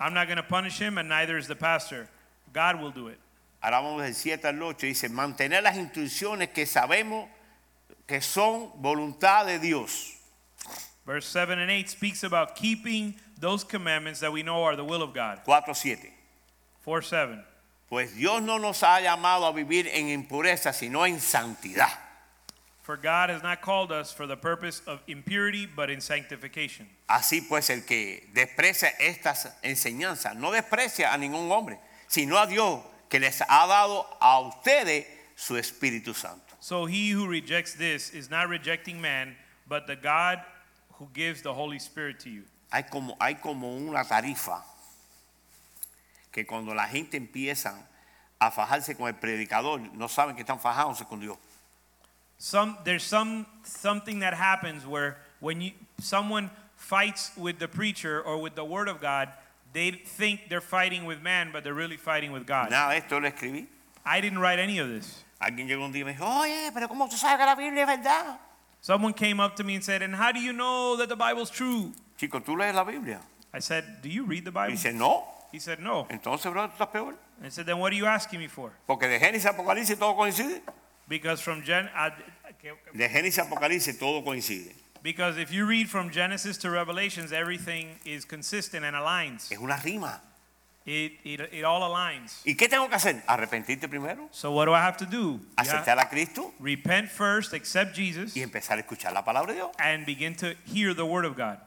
I'm not going to punish him, and neither is the pastor. God will do it.
Ahora vamos del 7 al 8, dice, mantener las instrucciones que sabemos que son voluntad de Dios.
Verse 7 and 8 speaks about keeping those commandments that we know are the will of God.
4, 7.
4 7.
Pues Dios no nos ha llamado a vivir en impureza, sino en santidad.
For God has not called us for the purpose of impurity, but in sanctification.
Así pues, el que desprecia estas enseñanzas, no desprecia a ningún hombre, sino a Dios, que les ha dado a ustedes su Espíritu Santo.
So he who rejects this is not rejecting man, but the God who gives the Holy Spirit to you.
Hay como, hay como una tarifa que cuando la gente empieza a fajarse con el predicador, no saben que están fajándose con Dios.
Some there's some something that happens where when you someone fights with the preacher or with the word of God, they think they're fighting with man, but they're really fighting with God.
Nada de esto lo escribí.
I didn't write any of this.
Alguien llegó un día y me dijo, oye, pero ¿cómo tú sabes que la Biblia es verdad?
Someone came up to me and said, "And how do you know that the Bible's true?"
Chico, ¿tú lees la Biblia?
I said, "Do you read the
Y
Bible?"
dice, no.
He said, "No."
Entonces, bro, tú estás peor.
I said, "Then what are you asking me for?"
Porque de Génesis a Apocalipsis todo coincide.
Because from Gen uh, I,
De Génesis a Apocalipsis todo coincide.
because if you read from Genesis to Revelations, everything is consistent and aligns.
Es una rima.
It it, it all aligns.
¿Y qué tengo que hacer? Arrepentirte primero,
So what do I have to do? You have-
aceptar a Cristo
repent first, accept Jesus,
y empezar a escuchar la palabra de Dios.
and begin to hear the word of God.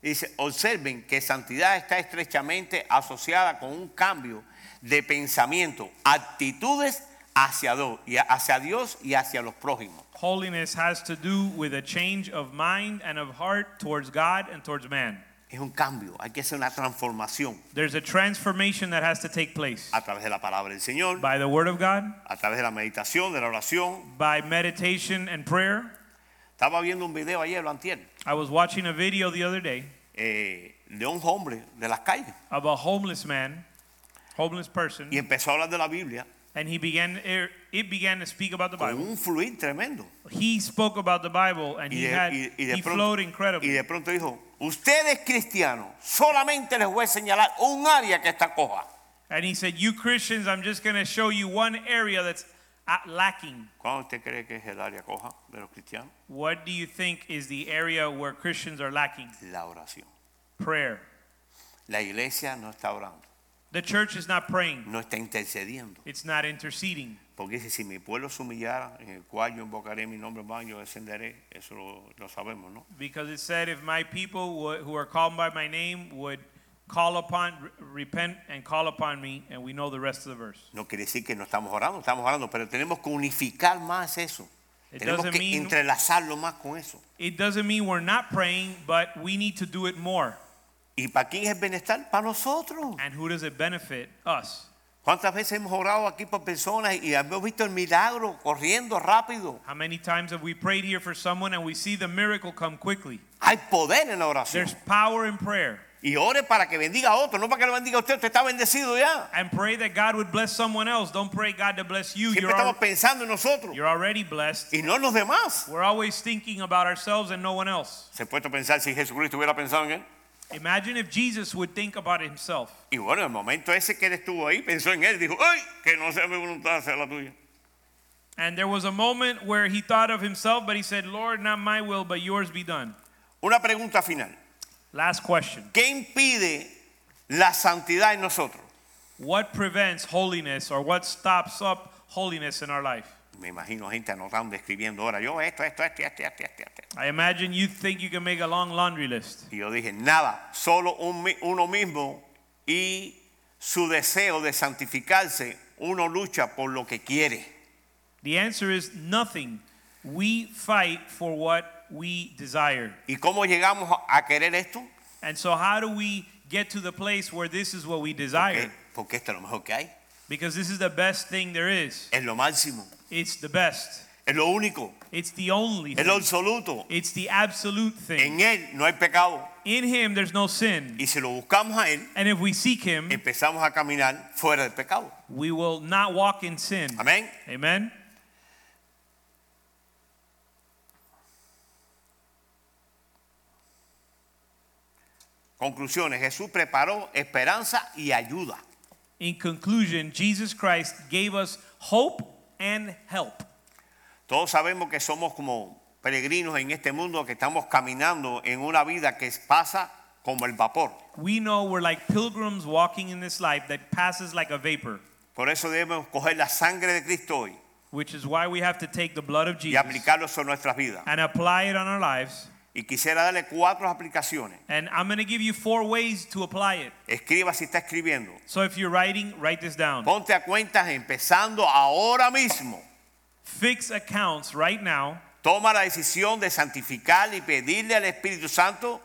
Dice, observen que santidad está estrechamente asociada con un cambio de pensamiento, actitudes hacia Dios y hacia Dios y hacia los prójimos.
Holiness has to do with a change of mind and of heart towards God and towards man.
Es un cambio, hay que hacer una transformación
There's a transformation that has to take place
a través de la palabra del Señor,
by the word of God,
a través de la meditación, de la oración.
by meditation and prayer.
Estaba viendo un video ayer, lo antier,
I was watching a video the other day
eh, de un hombre de las calles
of a homeless man, homeless
y
person,
empezó a hablar de la Biblia
and he began er, it began to speak about the
con
Bible.
un fluir tremendo.
He spoke about the Bible and
Y
he
de,
had
y- y de
he
pronto,
flowed incredibly.
y de pronto dijo, ustedes cristianos, solamente les voy a señalar un área que está coja.
And he said, You Christians, I'm just going to show you one area that's uh, lacking.
¿Cuál usted cree que es el área coja de los cristianos?
What do you think is the area where Christians are lacking?
La oración.
Prayer.
La iglesia no está orando,
The church is not praying,
no está intercediendo.
it's not interceding.
Porque dice, si mi pueblo se humillara, en el cual yo invocaré mi nombre en vano, yo descenderé. Eso lo, lo sabemos, ¿no?
Because it said, If my people wo- who are called by my name would call upon, re- repent and call upon me, and we know the rest of the verse.
No quiere decir que no estamos orando, estamos orando, pero tenemos que unificar más eso.
It
tenemos
doesn't
que
mean-
entrelazarlo más con eso.
It doesn't mean we're not praying, but we need to do it more.
¿Y para quién es el bienestar? Para nosotros.
And who does it benefit? Us.
¿Cuántas veces hemos orado aquí por personas y hemos visto el milagro corriendo rápido?
How many times have we prayed here for someone and we see the miracle come quickly?
Hay poder en la oración.
There's power in prayer.
Y ore para que bendiga a otro, no para que lo bendiga a usted. Usted está bendecido ya.
And pray that God would bless someone else. Don't pray God to bless you.
Siempre
You're,
estamos
al-
pensando en nosotros
you're already blessed.
y no en los demás.
We're always thinking about ourselves and no one else.
Se ha puesto a pensar si Jesucristo hubiera pensado en él.
Imagine if Jesus would think about himself.
Y bueno, en el momento ese que él estuvo ahí, pensó en él. Dijo, ¡ay! Que no sea mi voluntad, sea la tuya.
And there was a moment where he thought of himself, but he said, Lord, not my will, but yours be done.
Una pregunta final.
Last question.
¿Qué impide la santidad en nosotros?
What prevents holiness or what stops up holiness in our life?
Me imagino gente anotando, escribiendo ahora, yo esto, esto, esto, esto, esto, esto. esto.
I imagine you think you can make a long laundry list.
Y yo dije, nada, solo un mi- uno mismo y su deseo de santificarse, uno lucha por lo que quiere.
The answer is nothing. We fight for what we desire.
¿Y cómo llegamos a- a querer esto?
And so, how do we get to the place where this is what we
Porque,
desire?
porque esto es lo mejor que hay,
Because this is the best thing there is.
es lo máximo,
It's the best.
es lo único,
It's the only
es lo
thing.
absoluto.
It's the absolute
En
thing.
Él no hay pecado.
In Him, there's no sin.
Y si lo buscamos a Él,
And if we seek Him,
empezamos a caminar fuera del pecado.
we will not walk in sin.
Amén.
Amen.
Conclusiones, Jesús preparó esperanza y ayuda.
In conclusion, Jesus Christ gave us hope and help.
Todos sabemos que somos como peregrinos en este mundo, que estamos caminando en una vida que pasa como el vapor.
We know we're like pilgrims walking in this life that passes like a vapor,
Por eso debemos coger la sangre de Cristo hoy
which is why we have to take the blood of
y
Jesus
aplicarlo sobre nuestras vidas.
and apply it on our lives.
Y quisiera darle cuatro aplicaciones.
And I'm going to give you four ways to apply it.
Escriba si está escribiendo.
So if you're writing, write this down.
Ponte a cuentas empezando ahora mismo.
Fix accounts right now.
Toma la decisión de santificar y pedirle al Espíritu Santo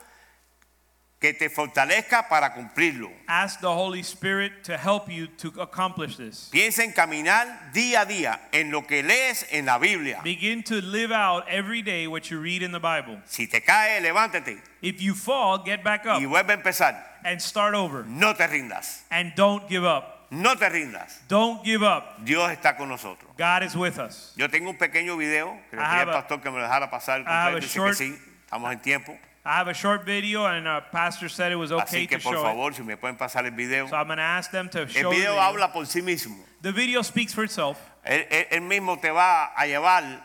que te fortalezca para cumplirlo.
Ask the Holy Spirit to help you to accomplish this.
Piensa en caminar día a día en lo que lees en la Biblia.
Begin to live out every day what you read in the Bible.
Si te caes, levántate
If you fall, get back up
y vuelve a empezar.
and start over.
No te rindas,
And don't give up.
no te rindas.
Don't give up.
Dios está con nosotros.
God is with us.
Yo tengo un pequeño video que le pedí al
I have a-
pastor que me lo dejara pasar. El
I have a
completo. Dice
short-
que sí, estamos en tiempo.
I have a short video, and our pastor said it was okay
Así que
to
por
show
favor, si me pueden pasar el video.
it. So I'm going to ask them to
El
show the
video
video.
habla por sí mismo.
The video speaks for itself,
Él, él- él mismo te va a llevar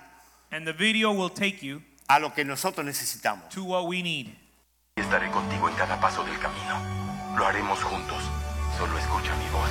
and the video will take you
a lo que nosotros necesitamos.
to what we need.
Estaré contigo en cada paso del camino. Lo haremos juntos. Solo escucha mi voz.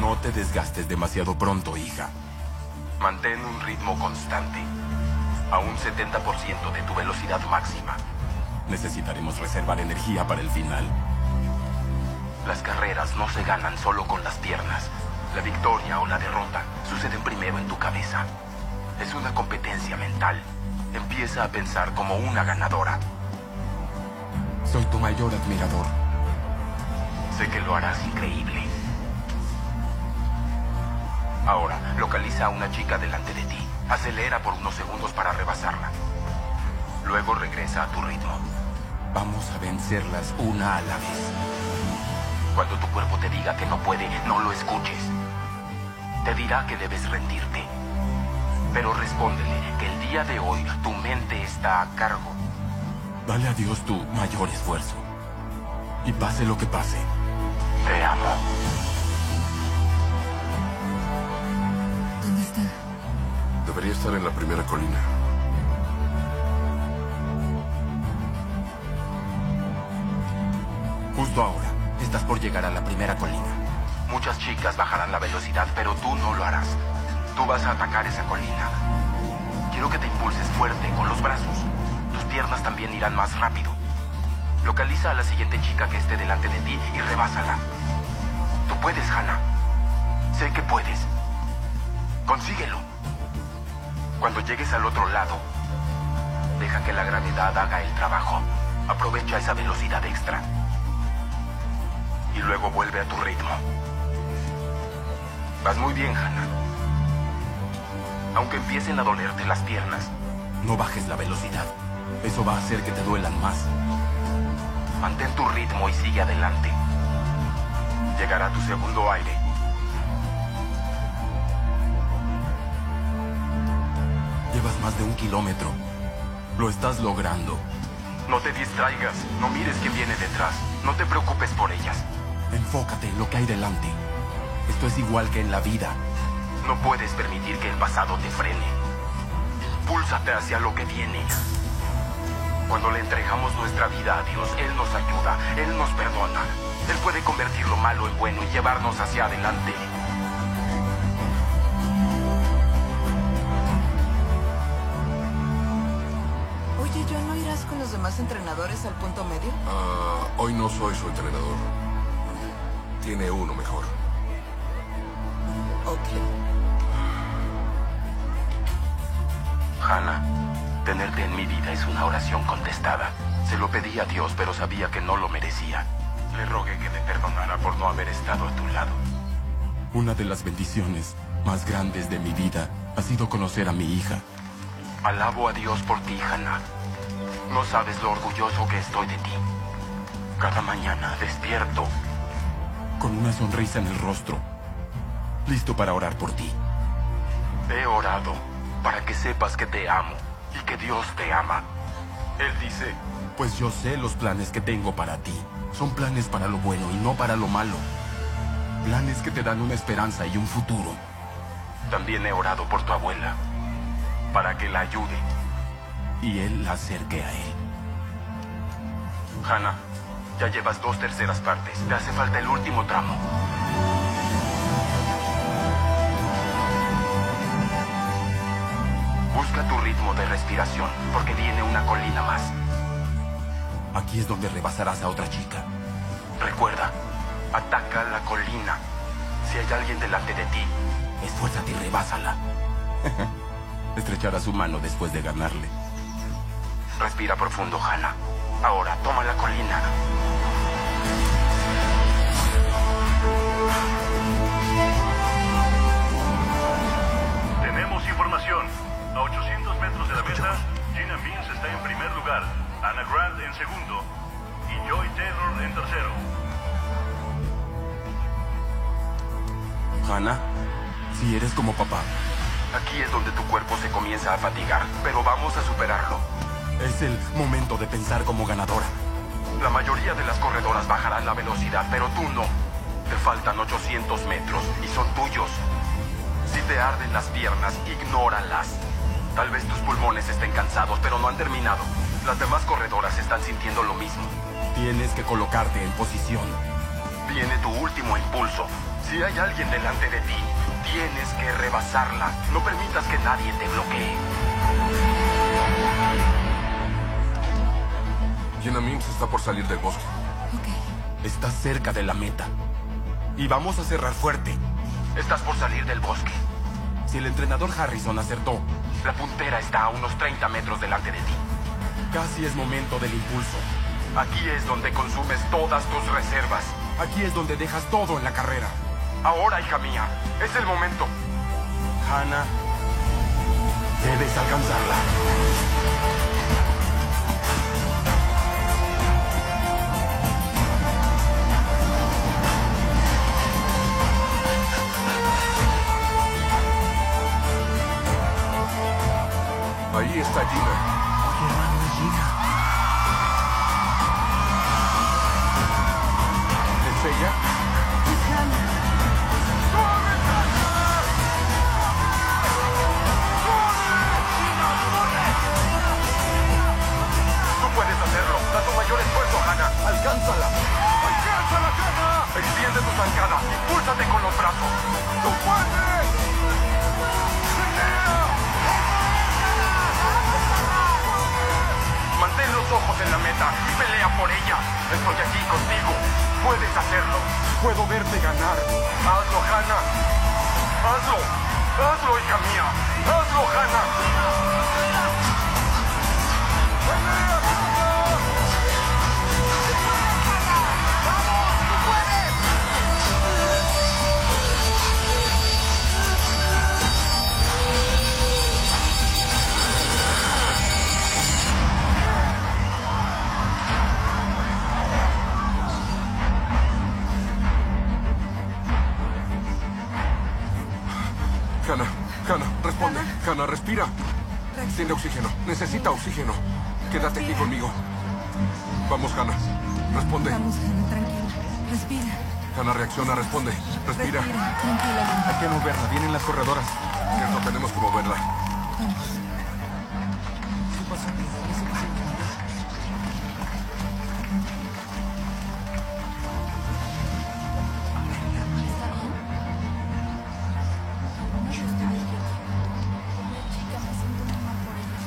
No te desgastes demasiado pronto, hija. Mantén un ritmo constante. A un 70% de tu velocidad máxima. Necesitaremos reservar energía para el final. Las carreras no se ganan solo con las piernas. La victoria o la derrota suceden primero en tu cabeza. Es una competencia mental. Empieza a pensar como una ganadora. Soy tu mayor admirador. Sé que lo harás increíble. Ahora, localiza a una chica delante de ti. Acelera por unos segundos para rebasarla. Luego regresa a tu ritmo. Vamos a vencerlas una a la vez. Cuando tu cuerpo te diga que no puede, no lo escuches. Te dirá que debes rendirte. Pero respóndele que el día de hoy tu mente está a cargo. Dale a Dios tu mayor esfuerzo. Y pase lo que pase. Te amo.
¿Dónde está?
Debería estar en la primera colina.
Justo ahora, estás por llegar a la primera colina. Muchas chicas bajarán la velocidad, pero tú no lo harás. Tú vas a atacar esa colina. Quiero que te impulses fuerte con los brazos. Tus piernas también irán más rápido. Localiza a la siguiente chica que esté delante de ti y rebásala. Tú puedes, Hannah. Sé que puedes. Consíguelo. Cuando llegues al otro lado, deja que la gravedad haga el trabajo. Aprovecha esa velocidad extra y luego vuelve a tu ritmo. Vas muy bien, Hannah. Aunque empiecen a dolerte las piernas, no bajes la velocidad. Eso va a hacer que te duelan más. Mantén tu ritmo y sigue adelante. Llegará tu segundo aire. Llevas más de un kilómetro. Lo estás logrando. No te distraigas. No mires que viene detrás. No te preocupes por ellas. Enfócate en lo que hay delante. Esto es igual que en la vida. No puedes permitir que el pasado te frene. Impúlsate hacia lo que viene. Cuando le entregamos nuestra vida a Dios, Él nos ayuda, Él nos perdona. Él puede convertir lo malo en bueno y llevarnos hacia adelante.
Oye, John, ¿no irás con los demás entrenadores al punto medio?
Ah, hoy no soy su entrenador. Tiene uno mejor.
Ok.
Hannah, tenerte en mi vida es una oración contestada. Se lo pedí a Dios, pero sabía que no lo merecía. Le rogué que me perdonara por no haber estado a tu lado. Una de las bendiciones más grandes de mi vida ha sido conocer a mi hija. Alabo a Dios por ti, Hannah. No sabes lo orgulloso que estoy de ti. Cada mañana despierto. Con una sonrisa en el rostro. Listo para orar por ti. He orado para que sepas que te amo y que Dios te ama. Él dice, pues yo sé los planes que tengo para ti. Son planes para lo bueno y no para lo malo. Planes que te dan una esperanza y un futuro. También he orado por tu abuela, para que la ayude. Y él la acerque a él. Hannah, ya llevas dos terceras partes. Te hace falta el último tramo. Busca tu ritmo de respiración, porque viene una colina más. Aquí es donde rebasarás a otra chica. Recuerda, ataca la colina. Si hay alguien delante de ti, esfuérzate y rebásala. Estrechará su mano después de ganarle. Respira profundo, Hannah. Ahora, toma la colina.
Tenemos información. A 800 metros de la meta, Gina Means está en primer lugar, Anna Grant en segundo y Joy Taylor en tercero.
Hannah, si eres como papá. Aquí es donde tu cuerpo se comienza a fatigar, pero vamos a superarlo. Es el momento de pensar como ganadora. La mayoría de las corredoras bajarán la velocidad, pero tú no. Te faltan 800 metros y son tuyos. Si te arden las piernas, ignóralas. Tal vez tus pulmones estén cansados, pero no han terminado. Las demás corredoras están sintiendo lo mismo. Tienes que colocarte en posición. Viene tu último impulso. Si hay alguien delante de ti, tienes que rebasarla. No permitas que nadie te bloquee.
Jenna Mims está por salir del bosque.
Ok.
Estás cerca de la meta. Y vamos a cerrar fuerte. Estás por salir del bosque. Si el entrenador Harrison acertó, la puntera está a unos 30 metros delante de ti. Casi es momento del impulso. Aquí es donde consumes todas tus reservas. Aquí es donde dejas todo en la carrera. Ahora, hija mía, es el momento. Hannah, debes alcanzarla.
Ahí está Gina. ¿Es ella?
Tú puedes hacerlo. Da tu mayor esfuerzo, Hannah. Alcánzala. ¡Alcánzala, Hannah! Extiende tus zancadas. Impúlsate con los brazos. ¡Tú puedes! Mantén los ojos en la meta y pelea por ella. Estoy aquí contigo. Puedes hacerlo. Puedo verte ganar. Hazlo, Hannah. Hazlo. Hazlo, hija mía. Hazlo, Hannah.
Respira. Tiene oxígeno. Necesita oxígeno. Quédate aquí conmigo. Vamos, Hannah. Responde.
Vamos, Hannah, tranquila. Respira.
Hannah reacciona, responde. Respira.
Respira. Tranquila.
Hay que moverla, vienen las corredoras.
Cierto, tenemos que moverla.
Vamos.
¿Está bien? No está bien. La chica me siento muy mal por ella.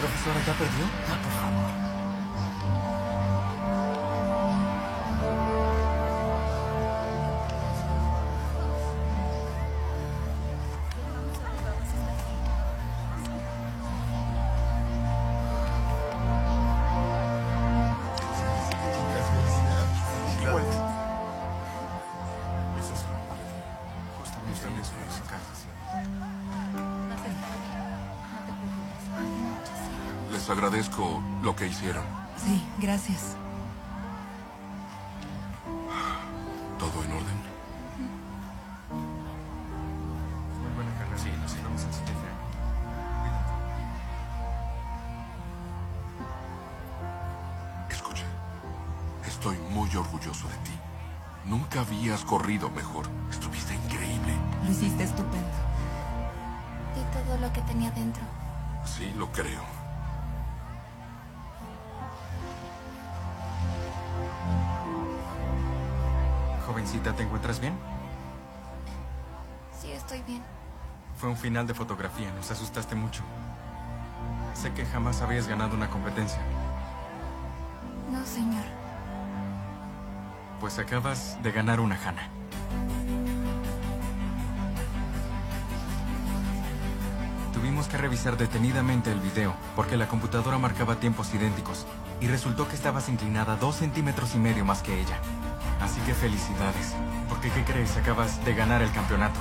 Profesora, ¿ya perdió?
Les agradezco lo que hicieron.
Sí, gracias.
Todo en orden. Escucha, estoy muy orgulloso de ti. Nunca habías corrido mejor. Estuviste increíble.
Lo hiciste estupendo.
Di todo lo que tenía dentro.
Sí, lo creo.
Jovencita, ¿te encuentras bien?
Sí, estoy bien.
Fue un final de fotografía, nos asustaste mucho. Sé que jamás habías ganado una competencia,
No, señor.
pues acabas de ganar una Hannah. Tuvimos que revisar detenidamente el video, porque la computadora marcaba tiempos idénticos, y resultó que estabas inclinada dos centímetros y medio más que ella. Así que felicidades, porque ¿qué crees? Acabas de ganar el campeonato.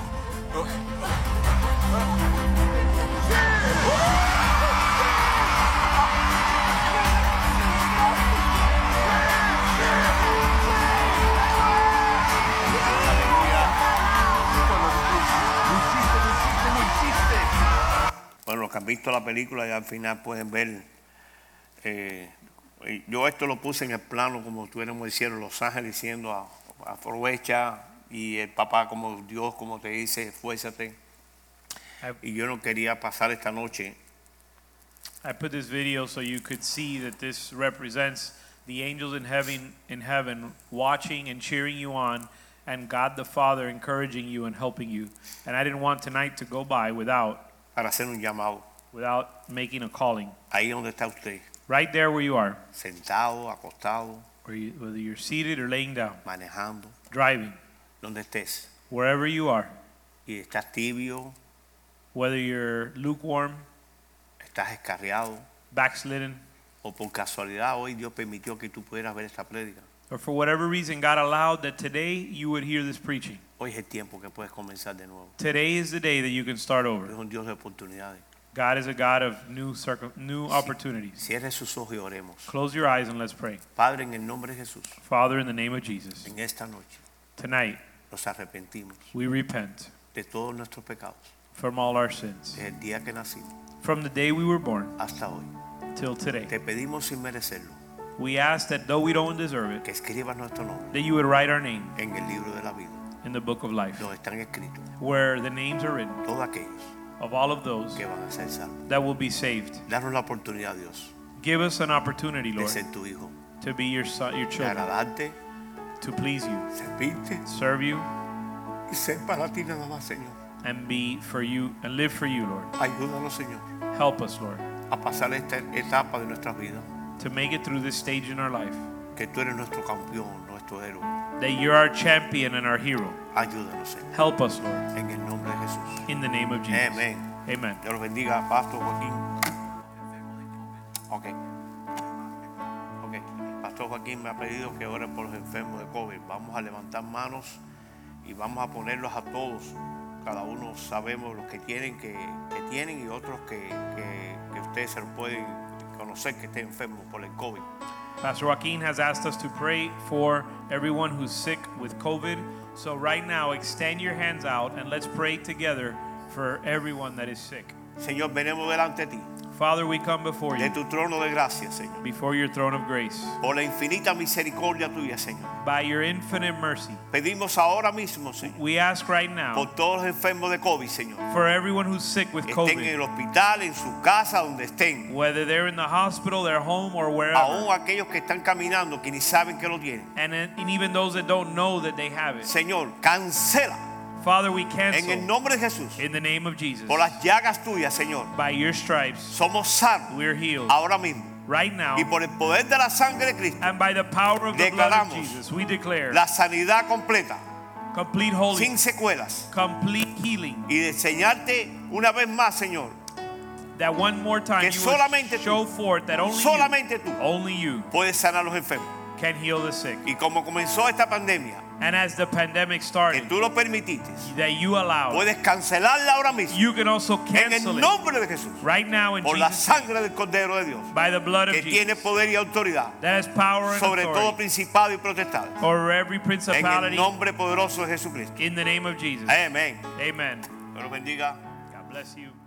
Bueno, los que han visto la película ya al final pueden ver. eh, y yo esto lo puse en el plano como tuviéramos diciendo Los Ángeles diciendo a- aprovecha y el papá como Dios como te dice esfuérzate.
I,
Y yo no quería pasar esta noche
I put this video so you could see that this represents the angels in heaven in heaven watching and cheering you on and God the Father encouraging you and helping you. And I didn't want tonight to go by without
para hacer un llamado.
without making a calling.
Ahí donde está usted,
Right there where you are,
sentado, acostado,
where you, whether you're seated or laying down,
manejando,
driving,
donde estés.
wherever you are,
Y estás tibio,
whether you're lukewarm,
estás escarriado,
backslidden,
o por casualidad hoy Dios permitió que tú pudieras ver esta prédica.
or for whatever reason God allowed that today you would hear this preaching.
Hoy es el tiempo que puedes comenzar de nuevo.
Today is the day that you can start
Es
over.
un Dios de oportunidades.
God is a God of new circum- new opportunities.
Cierre sus ojos y oremos.
Close your eyes and let's pray.
Padre, en el nombre de Jesús,
Father, in the name of Jesus,
en esta noche
tonight
nos arrepentimos
we repent
de todos nuestros pecados.
from all our sins.
Desde el día que nacimos
From the day we were born
hasta hoy.
till today,
Te pedimos sin merecerlo
we ask that though we don't deserve it,
que escribas nuestro nombre
that you would write our name
en el libro de la vida.
in the book of life,
Nos están escritos
where the names are written
todos aquellos
of all of those
que van a ser salvos.
that will be saved.
Danos la oportunidad, Dios,
Give us an opportunity,
de
Lord,
ser tu hijo,
to be your son, your
de
children,
agradarte,
to please you,
servirte
serve you,
y ser para ti nada más, Señor.
and be for you and live for you, Lord.
Ayúdanos, Señor,
Help us, Lord,
a pasar esta etapa de nuestras vidas,
to make it through this stage in our life.
que tú eres nuestro campeón, nuestro héroe.
That you're our champion and our hero.
Ayúdanos, Señor,
Help us, Lord,
en el nombre de Jesús.
in the name of Jesus.
Amen.
Amen.
Dios los bendiga, Pastor Joaquín. Ok. Ok. Pastor Joaquín me ha pedido que ore por los enfermos de COVID. Vamos a levantar manos y vamos a ponerlos a todos. Cada uno sabemos los que tienen, que, que tienen y otros que, que, que ustedes se lo pueden conocer que estén enfermos por el COVID.
Pastor Joaquin has asked us to pray for everyone who's sick with COVID. So, right now, extend your hands out and let's pray together for everyone that is sick.
Señor, venimos delante de ti,
Father, we come before
de
you,
tu trono de gracia, Señor.
before your throne of grace.
Por la infinita misericordia tuya, Señor.
By your infinite mercy,
Pedimos ahora mismo, Señor,
we ask right now
por todos los enfermos de COVID, Señor.
for everyone who's sick with
Estén en el
COVID,
hospital, en su casa, donde estén.
whether they're in the hospital, their home, or
Aún
wherever,
aquellos que están caminando, que ni saben que lo tienen.
and, and even those that don't know that they have it.
Señor, cancela
Father, we
en el
cancel
nombre de Jesús.
in the name of Jesus.
Por las llagas tuyas, Señor.
By your stripes,
Somos sanos
we're healed
ahora mismo.
right now.
Y por el poder de la sangre de Cristo,
And by the power of the blood of
Declaramos
Jesus, we declare
la sanidad completa,
complete
sin
holiness,
secuelas.
complete healing.
Y de enseñarte una vez más, Señor,
That one more time
Que
you will
solamente tú,
show forth that only
solamente
you,
tú.
only you
puedes sanar a los enfermos.
can heal the sick.
Y como comenzó esta pandemia,
And as the pandemic
que
started,
tú lo permitiste,
that you allowed,
puedes cancelarla ahora mismo.
you can also
En el
cancel it
nombre de Jesús,
right now in
por la
Jesus' name,
sangre del Cordero de Dios,
by the blood of
que tiene
Jesus.
poder y autoridad
That has power and
sobre todo
authority
principado y protestado.
over every
En el
principality
nombre poderoso de Jesucristo.
in the name of Jesus.
Amén.
Amen.
Dios los bendiga.
God bless you.